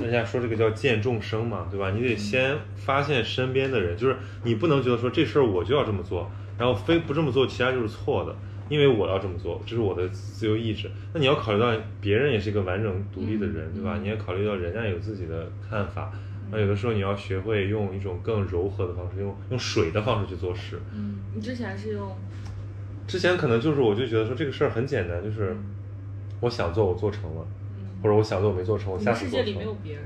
S4: 人家说这个叫见众生嘛，对吧？你
S3: 嗯
S4: 得先发现身边的人，就是你不能觉得说这事儿我就要这么做，然后非不这么做，其他就是错的，因为我要这么做，这是我的自由意志。那你要考虑到别人也是一个完整独立的人，
S3: 嗯
S4: 对吧？
S3: 嗯
S4: 你也考虑到人家有自己的看法。那有的时候你要学会用一种更柔和的方式，用用水的方式去做事。
S3: 嗯，你之前是用
S4: 之前可能就是我就觉得说这个事儿很简单，就是我想做我做成了，
S3: 嗯，
S4: 或者我想做我没做成，我
S3: 你
S4: 下
S3: 的
S4: 次
S3: 世
S4: 做
S3: 界
S4: 成。
S3: 里没有别人。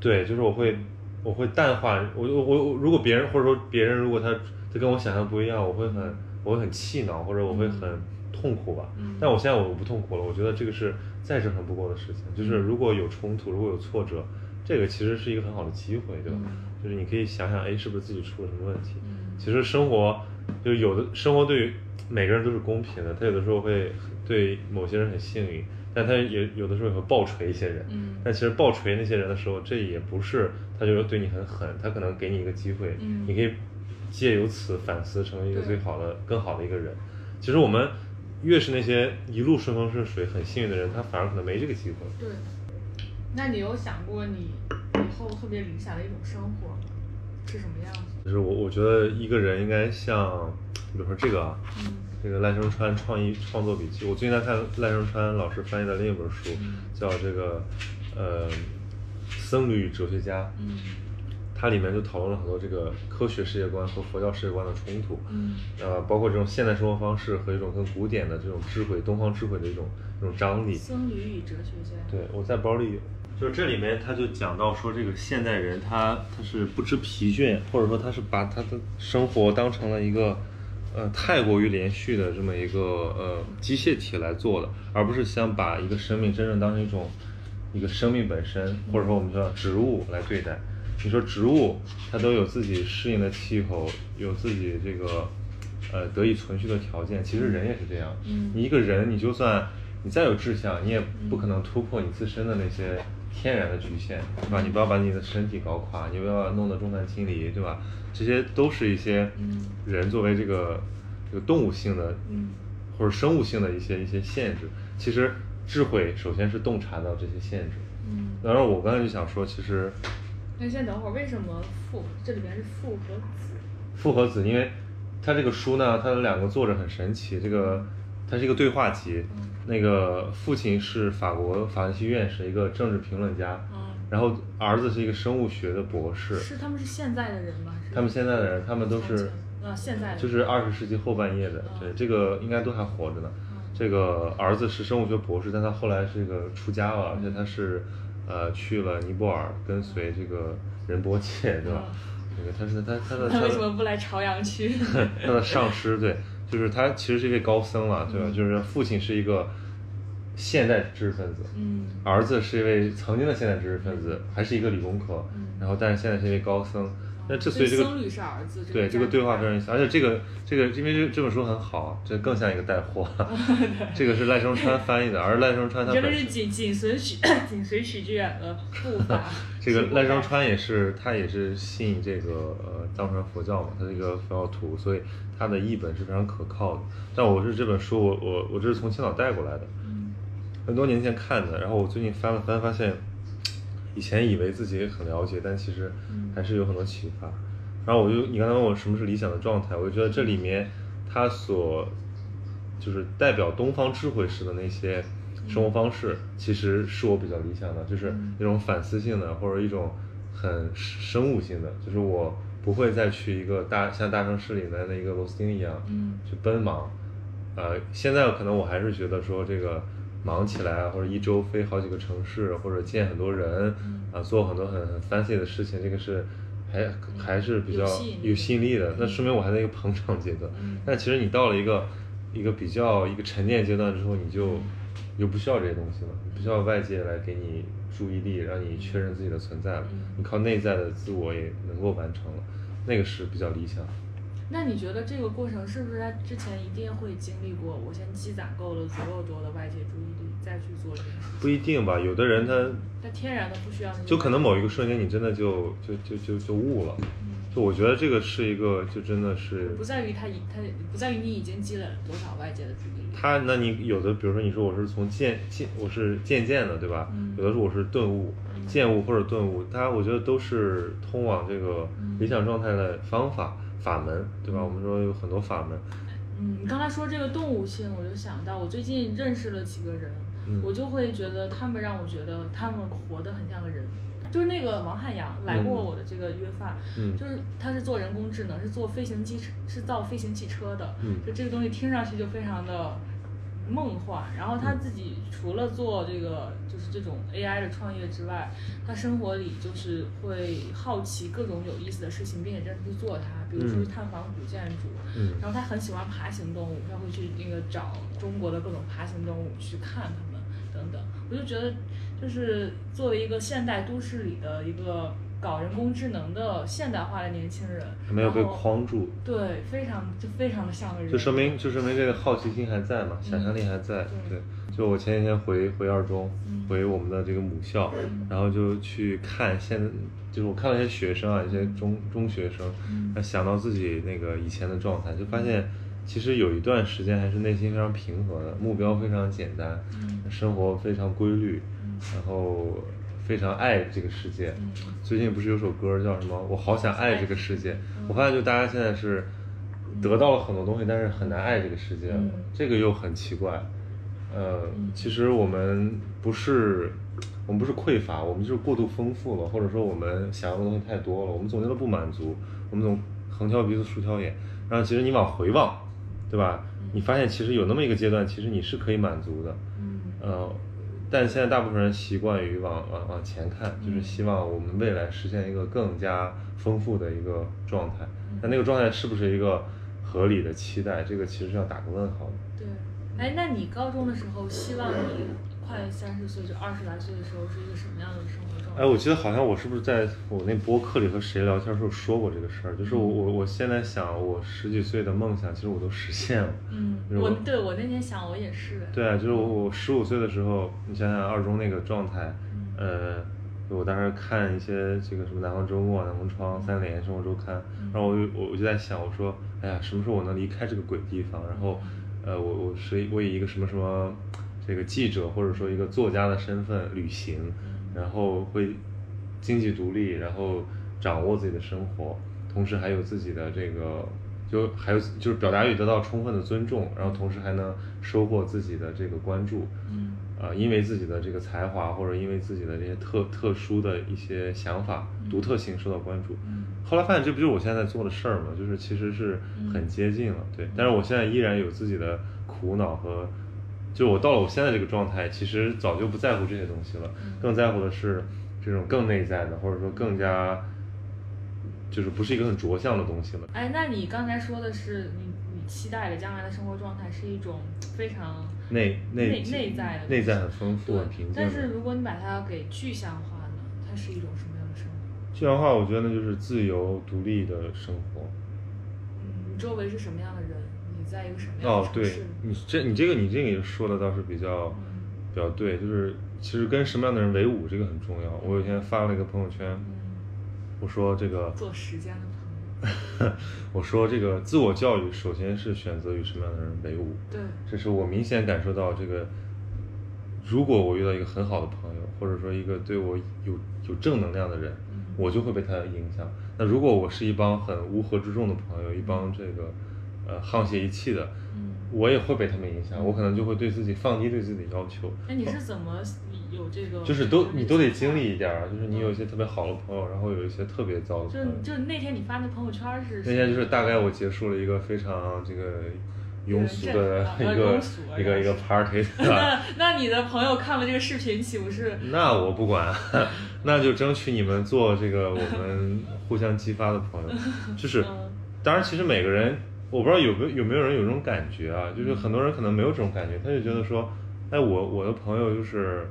S4: 对，就是我会我会淡化，我我我如果别人或者说别人如果他他跟我想象不一样，我会很我会很气恼，或者我会很痛苦吧。
S3: 嗯
S4: 但我现在我不痛苦了，我觉得这个是再正常不过的事情。
S3: 嗯
S4: 就是如果有冲突，如果有挫折，这个其实是一个很好的机会，对吧？
S3: 嗯
S4: 就是你可以想想，哎，是不是自己出了什么问题？
S3: 嗯
S4: 其实生活就有的生活对于每个人都是公平的，他有的时候会对某些人很幸运，但他也有的时候也会暴锤一些人。
S3: 嗯
S4: 但其实暴锤那些人的时候，这也不是他就是对你很狠，他可能给你一个机会，
S3: 嗯
S4: 你可以借由此反思，成为一个
S3: 对
S4: 最好的、更好的一个人。其实我们越是那些一路顺风顺水、很幸运的人，他反而可能没这个机会。
S3: 对，那你有想过你以后特别理想的一种生活吗是什么样子？
S4: 就是我我觉得一个人应该像，比如说这个啊，
S3: 嗯
S4: 这个赖声川创意创作笔记，我最近在看赖声川老师翻译的另一本书，
S3: 嗯
S4: 叫这个呃僧侣与哲学家，
S3: 嗯
S4: 它里面就讨论了很多这个科学世界观和佛教世界观的冲突，
S3: 嗯
S4: 呃，包括这种现代生活方式和一种更古典的这种智慧，东方智慧的一种一种张力。
S3: 僧侣与哲学家。
S4: 嗯对，我在包里有。就是这里面，他就讲到说，这个现代人他他是不知疲倦，或者说他是把他的生活当成了一个，呃，太过于连续的这么一个呃机械体来做的，而不是想把一个生命真正当成一种一个生命本身，或者说我们叫植物来对待。你说植物，它都有自己适应的气候，有自己这个呃得以存续的条件。其实人也是这样，
S3: 嗯
S4: 你一个人，你就算你再有志向，你也不可能突破你自身的那些天然的局限，对吧？你不要把你的身体搞垮，你不要弄得众叛亲离，对吧？这些都是一些
S3: 嗯
S4: 人作为这个这个动物性的
S3: 嗯
S4: 或者生物性的一些一些限制。其实智慧首先是洞察到这些限制。
S3: 嗯。
S4: 然后我刚才就想说，其实
S3: 那先等会儿，为什么父这里边是父和子？
S4: 复合子，因为它这个书呢，它的两个作者很神奇，这个它是一个对话集。那个父亲是法国法兰西院士，一个政治评论家，
S3: 嗯
S4: 然后儿子是一个生物学的博士，
S3: 是他们是现在的人吗？还是
S4: 他们现在的人，他们都是
S3: 啊，现在的
S4: 就是二十世纪后半叶的，对，这个应该都还活着呢。
S3: 啊
S4: 这个儿子是生物学博士，但他后来是个出家了，而且他是呃去了尼泊尔，跟随这个仁波切，对吧？那个他是他他
S3: 嗯
S4: 的
S3: 他
S4: 他
S3: 为
S4: 的
S3: 什么不来朝阳区？
S4: 他的上师对，就是他其实是一位高僧了，
S3: 嗯
S4: 对吧？就是父亲是一个现代知识分子，
S3: 嗯
S4: 儿子是一位曾经的现代知识分子，还是一个理工科，
S3: 嗯
S4: 然后但是现在是一位高僧。 那之所以这个
S3: 僧侣是儿子，
S4: 对这个对话非
S3: 是
S4: 常，而且这个这个，因为这这本书很好，这更像一个 带货。这个是赖声川翻译的，而赖声川他
S3: 真的
S4: 本
S3: 是
S4: 身，。
S3: 紧紧随许 紧随许志远的步伐
S4: 这个赖声川也是他也是信这个呃藏传佛教嘛，他是一个佛教徒，所以他的译本是非常可靠的。但我是这本书，我我我这是从青岛带过来的，
S3: 嗯，
S4: 很多年前看的，然后我最近翻了翻，发现以前以为自己很了解，但其实
S3: 嗯
S4: 还是有很多启发。然后我就你刚才问我什么是理想的状态，我就觉得这里面它所就是代表东方智慧式的那些生活方式，其实是我比较理想的，就是
S3: 嗯
S4: 一种反思性的或者一种很生物性的，就是我不会再去一个大像大城市里面的一个螺丝钉一样，
S3: 嗯
S4: 去奔忙。呃，现在可能我还是觉得说这个忙起来啊，或者一周飞好几个城市，或者见很多人，
S3: 嗯
S4: 啊，做很多很很 fancy 的事情，这个是还还是比较
S3: 有吸引力
S4: 有吸引力的
S3: 嗯。
S4: 那说明我还在一个膨胀阶段。
S3: 嗯
S4: 但其实你到了一个一个比较一个沉淀阶段之后，你就你就不需要这些东西了，你不需要外界来给你注意力，让你确认自己的存在了
S3: 嗯。
S4: 你靠内在的自我也能够完成了，那个是比较理想的。
S3: 那你觉得这个过程是不是他之前一定会经历过？我先积攒够了足够多的外界注意力，再去做这件事情。
S4: 不一定吧，有的人他
S3: 他天然的不需要那些
S4: 就可能某一个瞬间，你真的就就就就就悟了。就我觉得这个是一个，就真的是
S3: 嗯不在于他已他不在于你已经积累了多少外界的注意力。
S4: 他，那你有的，比如说你说我是从渐渐，我是渐渐的，对吧？
S3: 嗯
S4: 有的时候我是顿悟、
S3: 嗯
S4: 渐悟或者顿悟，它我觉得都是通往这个
S3: 嗯
S4: 理想状态的方法、法门，对吧？我们说有很多法门，
S3: 嗯，你刚才说这个动物性，我就想到我最近认识了几个人，
S4: 嗯
S3: 我就会觉得他们让我觉得他们活得很像个人。就是那个王汉阳来过
S4: 嗯
S3: 我的这个约饭，
S4: 嗯
S3: 就是他是做人工智能，是做飞行机，是造飞行汽车的，
S4: 嗯
S3: 就这个东西听上去就非常的梦幻。然后他
S4: 嗯
S3: 自己除了做这个就是这种 AI 的创业之外，他生活里就是会好奇各种有意思的事情，并且真的去做它，比如说
S4: 嗯
S3: 去探访古建筑，
S4: 嗯
S3: 然后他很喜欢爬行动物，他会去那个找中国的各种爬行动物去看它们等等。我就觉得，就是作为一个现代都市里的一个搞人工智能的现代化的年轻人，
S4: 没有被
S3: 然后
S4: 框住，
S3: 对，非常就非常的像个人，
S4: 就说明就说明这个好奇心还在嘛，想象力还在。
S3: 嗯对
S4: 对，就我前几天回回二中
S3: 嗯，
S4: 回我们的这个母校，
S3: 嗯
S4: 然后就去看现，就是我看了一些学生啊，一些中中学生
S3: 嗯，
S4: 那想到自己那个以前的状态，就发现其实有一段时间还是内心非常平和的，目标非常简单，
S3: 嗯
S4: 生活非常规律
S3: 嗯，
S4: 然后非常爱这个世界。
S3: 嗯
S4: 最近不是有首歌叫什么“我好想爱这个世界”，
S3: 嗯
S4: 我发现就大家现在是得到了很多东西，但是很难爱这个世界了
S3: 嗯
S4: 这个又很奇怪。呃
S3: 嗯，
S4: 其实我们不是我们不是匮乏，我们就是过度丰富了，或者说我们想要的东西太多了，我们总觉得不满足，我们总横挑鼻子竖挑眼。然后其实你往回望，对吧
S3: 嗯？
S4: 你发现其实有那么一个阶段，其实你是可以满足的。
S3: 嗯
S4: 呃，但现在大部分人习惯于往往往前看，就是
S3: 嗯
S4: 希望我们未来实现一个更加丰富的一个状态
S3: 嗯。
S4: 那那个状态是不是一个合理的期待？这个其实是要打个问号的。
S3: 对。哎，那你高中的时候，希望你快三十岁，就二十来岁的时候，是一个什么样的生活状态？
S4: 哎，我记得好像我是不是在我那播客里和谁聊天的时候说过这个事儿？就是我我我现在想，我十几岁的梦想其实我都实现了。
S3: 嗯，
S4: 就是
S3: 我
S4: 我
S3: 对我那天想，我也是。
S4: 对啊，就是我我十五岁的时候，你想想二中那个状态，呃，我当时看一些这个什么《南方周末》《南方窗》《三联》《生活周刊》，然后我就我我就在想，我说，哎呀，什么时候我能离开这个鬼地方？然后，呃，我我是以我以一个什么什么这个记者或者说一个作家的身份旅行，
S3: 嗯
S4: 然后会经济独立，然后掌握自己的生活，同时还有自己的这个，就还有就是表达欲得到充分的尊重，然后同时还能收获自己的这个关注，
S3: 嗯
S4: 啊、啊、因为自己的这个才华或者因为自己的这些特特殊的一些想法、
S3: 嗯
S4: 独特性受到关注。
S3: 嗯
S4: 后来发现这不就是我现在做的事儿嘛，就是其实是很接近了，
S3: 嗯
S4: 对。但是我现在依然有自己的苦恼和，就我到了我现在这个状态，其实早就不在乎这些东西了，
S3: 嗯
S4: 更在乎的是这种更内在的，或者说更加，就是不是一个很着相的东西了。
S3: 哎，那你刚才说的是你你期待的将来的生活状态是一种非常
S4: 内
S3: 内
S4: 内
S3: 在的
S4: 内在
S3: 东西
S4: 很丰富、
S3: 对
S4: 很平静的。
S3: 但是如果你把它给具象化呢，它是一种什么样的生活？
S4: 这样的话，我觉得那就是自由独立的生活。
S3: 嗯，你周围是什么样的人？你在一个什么样
S4: 哦
S3: 的，城
S4: 对
S3: 市？
S4: 你这你这个你这个也说的倒是比较
S3: 嗯
S4: 比较对，就是其实跟什么样的人为伍这个很重要。我有一天发了一个朋友圈，
S3: 嗯，
S4: 我说这个，
S3: 做时间的朋友。
S4: 我说这个自我教育首先是选择与什么样的人为伍，
S3: 对，
S4: 这是我明显感受到这个。如果我遇到一个很好的朋友，或者说一个对我有有正能量的人，
S3: 嗯
S4: 我就会被他影响。那如果我是一帮很乌合之众的朋友，一帮这个呃沆瀣一气的，
S3: 嗯，
S4: 我也会被他们影响，我可能就会对自己放低对自己的要求，
S3: 那你是怎么有这个？
S4: 就是都
S3: 这个
S4: 你都得
S3: 想
S4: 经
S3: 法
S4: 历一点儿，啊就是你有一些特别好的朋友，然后有一些特别糟的朋
S3: 就
S4: 友。
S3: 就那天你发那朋友圈是
S4: 那天就是大概我结束了一个非常这个庸俗 的一
S3: 对
S4: 个
S3: 庸俗啊
S4: 一个一个 party，对吧
S3: 那那你的朋友看了这个视频，岂不是
S4: 那我不管， 那就争取你们做这个我们互相激发的朋友。就是
S3: 嗯，
S4: 当然，其实每个人，我不知道有没有有没有人有这种感觉啊，就是很多人可能没有这种感觉，他就觉得说，哎，我我的朋友就是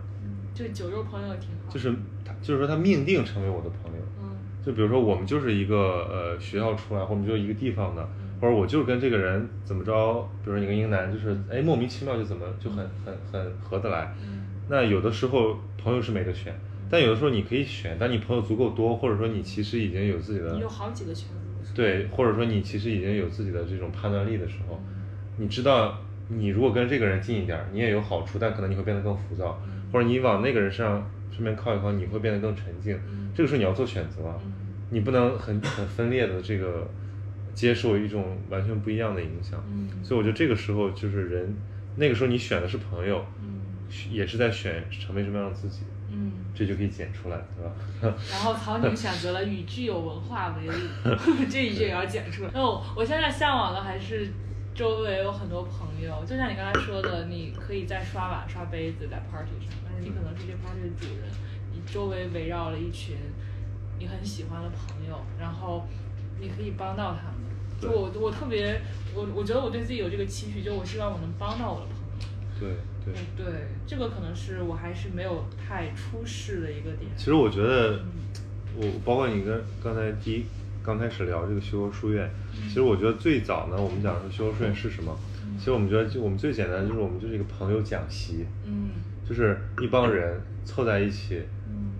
S3: 就酒肉朋友挺好？
S4: 就是他就是说他命定成为我的朋友。
S3: 嗯
S4: 就比如说我们就是一个呃学校出来，或者我们就一个地方的，或者我就是跟这个人怎么着，比如说你跟英男就是哎莫名其妙就怎么就很很很合得来。
S3: 嗯
S4: 那有的时候朋友是没得选，但有的时候你可以选，但你朋友足够多，或者说你其实已经有自己的
S3: 你有好几个圈子，，
S4: 呃对，或者说你其实已经有自己的这种判断力的时候，
S3: 嗯
S4: 你知道你如果跟这个人近一点儿，你也有好处，但可能你会变得更浮躁，
S3: 嗯
S4: 或者你往那个人身上顺便靠一靠，你会变得更沉静。
S3: 嗯
S4: 这个时候你要做选择啊，
S3: 嗯
S4: 你不能很很分裂的这个接受一种完全不一样的影响。
S3: 嗯
S4: 所以我觉得这个时候就是人，那个时候你选的是朋友，
S3: 嗯
S4: 也是在选成为什么样的自己，
S3: 嗯，
S4: 这就可以剪出来，对吧？
S3: 然后曹宁选择了以具有文化为 例，这一句也要剪出来。那我我现在向往的还是周围有很多朋友，就像你刚才说的，你可以在刷碗、刷杯子，在 party 上，但是你可能是这 party 的主人，你周围围绕了一群你很喜欢的朋友，然后你可以帮到他们。就我我特别我我觉得我对自己有这个期许，就我希望我能帮到我的朋友。
S4: 对对。
S3: 对，这个可能是我还是没有太出世的一个点。
S4: 其实我觉得
S3: 嗯，
S4: 我包括你跟刚才第一刚开始聊这个修和书院，
S3: 嗯
S4: 其实我觉得最早呢，我们讲说修和书院是什么，
S3: 嗯
S4: 其实我们觉得就我们最简单就是我们就是一个朋友讲习，
S3: 嗯
S4: 就是一帮人凑在一起
S3: 嗯。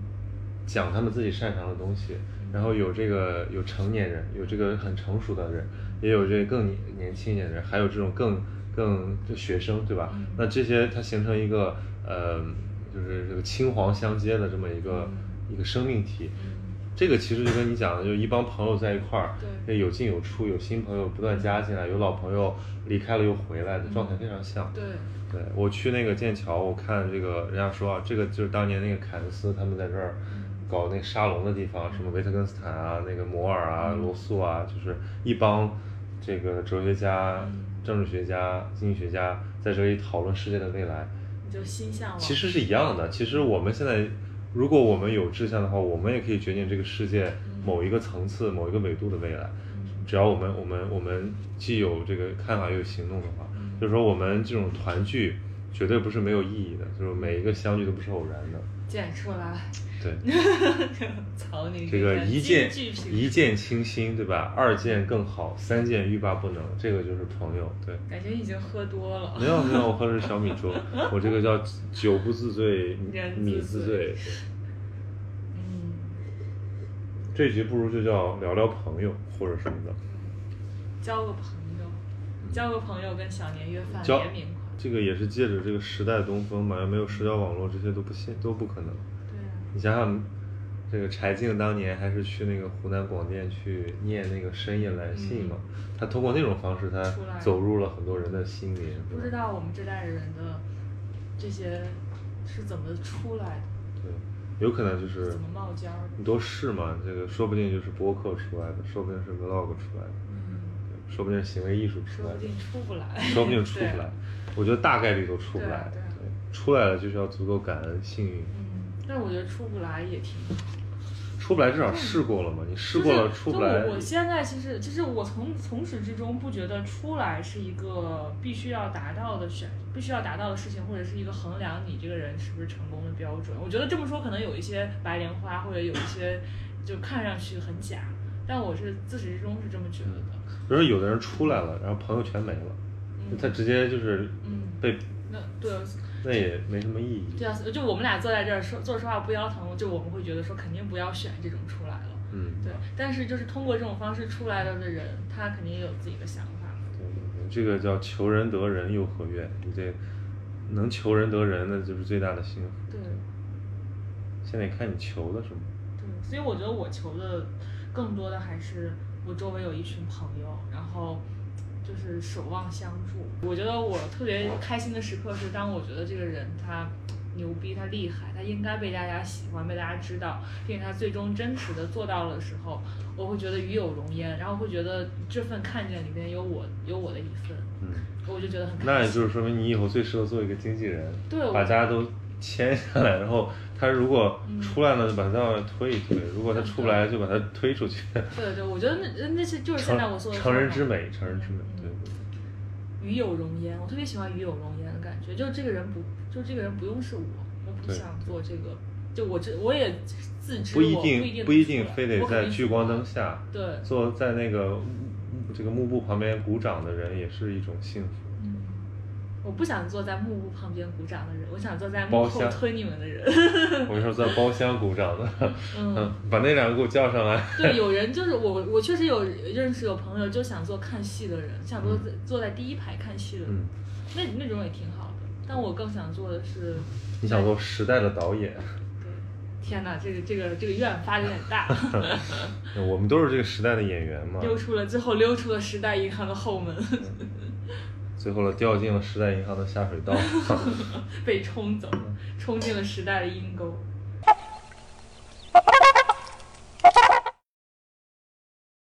S4: 讲他们自己擅长的东西，然后有这个有成年人，有这个很成熟的人，
S3: 嗯
S4: 也有这更年年轻一点的人，还有这种更更就学生，对吧
S3: 嗯？
S4: 那这些它形成一个呃，就是这个青黄相接的这么一个
S3: 嗯
S4: 一个生命体。这个其实就跟你讲的，就是一帮朋友在一块儿，哎
S3: 对
S4: 有进有出，有新朋友不断加进来，有老朋友离开了又回来的状态
S3: 嗯
S4: 非常像。
S3: 对，
S4: 对，我去那个剑桥，我看这个人家说啊，这个就是当年那个凯恩斯他们在这儿搞那沙龙的地方，什么维特根斯坦啊、那个摩尔啊、罗素啊，就是一帮这个哲学家、政治学家、经济学家在这里讨论世界的未来，
S3: 你就心向往。
S4: 其实是一样的。其实我们现在，如果我们有志向的话，我们也可以决定这个世界某一个层次、某一个维度的未来。
S3: 嗯，
S4: 只要我们我们我们既有这个看法又有行动的话，就是说我们这种团聚绝对不是没有意义的，就是每一个相聚都不是偶然的。
S3: 剪出 来。
S4: 对，
S3: 曹宁
S4: 这个一
S3: 金
S4: 见
S3: 句评
S4: 一见倾心，对吧？二见更好，三见欲罢不能，这个就是朋友。对，
S3: 感觉已经喝多了。
S4: 没有没有，我喝的是小米粥，我这个叫酒不自醉，
S3: 人
S4: 米
S3: 自
S4: 自
S3: 醉
S4: 醉。对
S3: 嗯，
S4: 这局不如就叫聊聊朋友或者什么的。
S3: 交个朋友，交个朋友跟小年夜饭
S4: 交
S3: 联名款。
S4: 这个也是借着这个时代东风嘛，要没有社交网络，这些都不现都不可能。
S3: 对啊，
S4: 你想想，这个柴静当年还是去那个湖南广电去念那个深夜来信嘛，她通过那种方式，她
S3: 嗯出来
S4: 走入了很多人的心灵。
S3: 不知道我们这代人的这些是怎么出来的，
S4: 对，有可能就是
S3: 怎么冒尖儿
S4: 你
S3: 的。
S4: 多试嘛，这个说不定就是播客出来的，说不定是 vlog 出来的，
S3: 嗯，
S4: 对说不定是行为艺术出
S3: 说
S4: 来
S3: 不
S4: 的，
S3: 定出不来，
S4: 说不定出 不
S3: 对
S4: 来。我觉得大概率都出不
S3: 对啊
S4: 来，
S3: 对啊
S4: 对，出来了就是要足够感恩幸运，
S3: 嗯，但我觉得出不来也挺好。
S4: 出不来至少试过了嘛，你试
S3: 就是
S4: 过了出不来
S3: 就，我我现在其实，就是我从从始至终不觉得出来是一个必须要达到的选，必须要达到的事情，或者是一个衡量你这个人是不是成功的标准。我觉得这么说可能有一些白莲花，或者有一些就看上去很假，但我是自始至终是这么觉得的。
S4: 比如说有的人出来了，然后朋友全没了，就
S3: 嗯，
S4: 他直接就是
S3: 嗯，
S4: 被，
S3: 那对啊。
S4: 那也没什么意义。
S3: 对啊，就我们俩坐在这儿说坐说话不腰疼，就我们会觉得说肯定不要选这种出来了。
S4: 嗯，
S3: 对，但是就是通过这种方式出来了的人，他肯定也有自己的想法嘛。
S4: 对对对这个叫求人得人又何怨？你这能求人得人，那就是最大的幸福。
S3: 对，
S4: 现在看你求的什么。
S3: 对，所以我觉得我求的更多的还是我周围有一群朋友，然后就是守望相助。我觉得我特别开心的时刻是，当我觉得这个人他牛逼，他厉害，他应该被大家喜欢，被大家知道，并且他最终真实的做到了的时候，我会觉得与有荣焉，然后会觉得这份看见里面有我有我的一份，
S4: 嗯，
S3: 我就觉得很
S4: 那
S3: 开
S4: 也
S3: 心。
S4: 就是说明你以后最适合做一个经纪人，
S3: 对我
S4: 把大家都签下来，然后他如果
S3: 嗯
S4: 出来了，就把他往外推一推；如果他出不来，就把他推出去。
S3: 对对，我觉得那那是就是现在我
S4: 成
S3: 做的
S4: 成人
S3: 方
S4: 之
S3: 法
S4: 美，成人之美，对
S3: 嗯
S4: 对。
S3: 与有容焉，我特别喜欢与有容焉的感觉，就这个人不，就这个人不用是我，我不
S4: 对
S3: 想做这个，就我这我也自知
S4: 不一
S3: 我
S4: 定
S3: 不
S4: 不
S3: 一定
S4: 一定
S3: 能出来
S4: 非得
S3: 我肯
S4: 在
S3: 定
S4: 聚
S3: 出
S4: 光
S3: 不来
S4: 灯下
S3: 对，
S4: 坐在那个这个幕布旁边鼓掌的人，也是一种幸福。
S3: 嗯，我不想坐在幕布旁边鼓掌的人，我想坐在幕
S4: 包
S3: 后
S4: 厢
S3: 推你们的人。
S4: 我跟你说，在包厢鼓掌的，
S3: 嗯，
S4: 把那两个给我叫上来。
S3: 对，有人就是我，我确实有认识有朋友就想做看戏的人，想坐在坐在第一排看戏的人，
S4: 嗯，
S3: 那那种也挺好的，但我更想做的是，
S4: 你想做时代的导演，
S3: 对，天哪，这个这个这个愿发的有点 大。
S4: 我们都是这个时代的演员嘛。
S3: 溜出了，最后溜出了时代银行的后门，
S4: 最后了掉 嗯进了时代银行的下水道。
S3: 被冲走，冲进了时代的阴沟。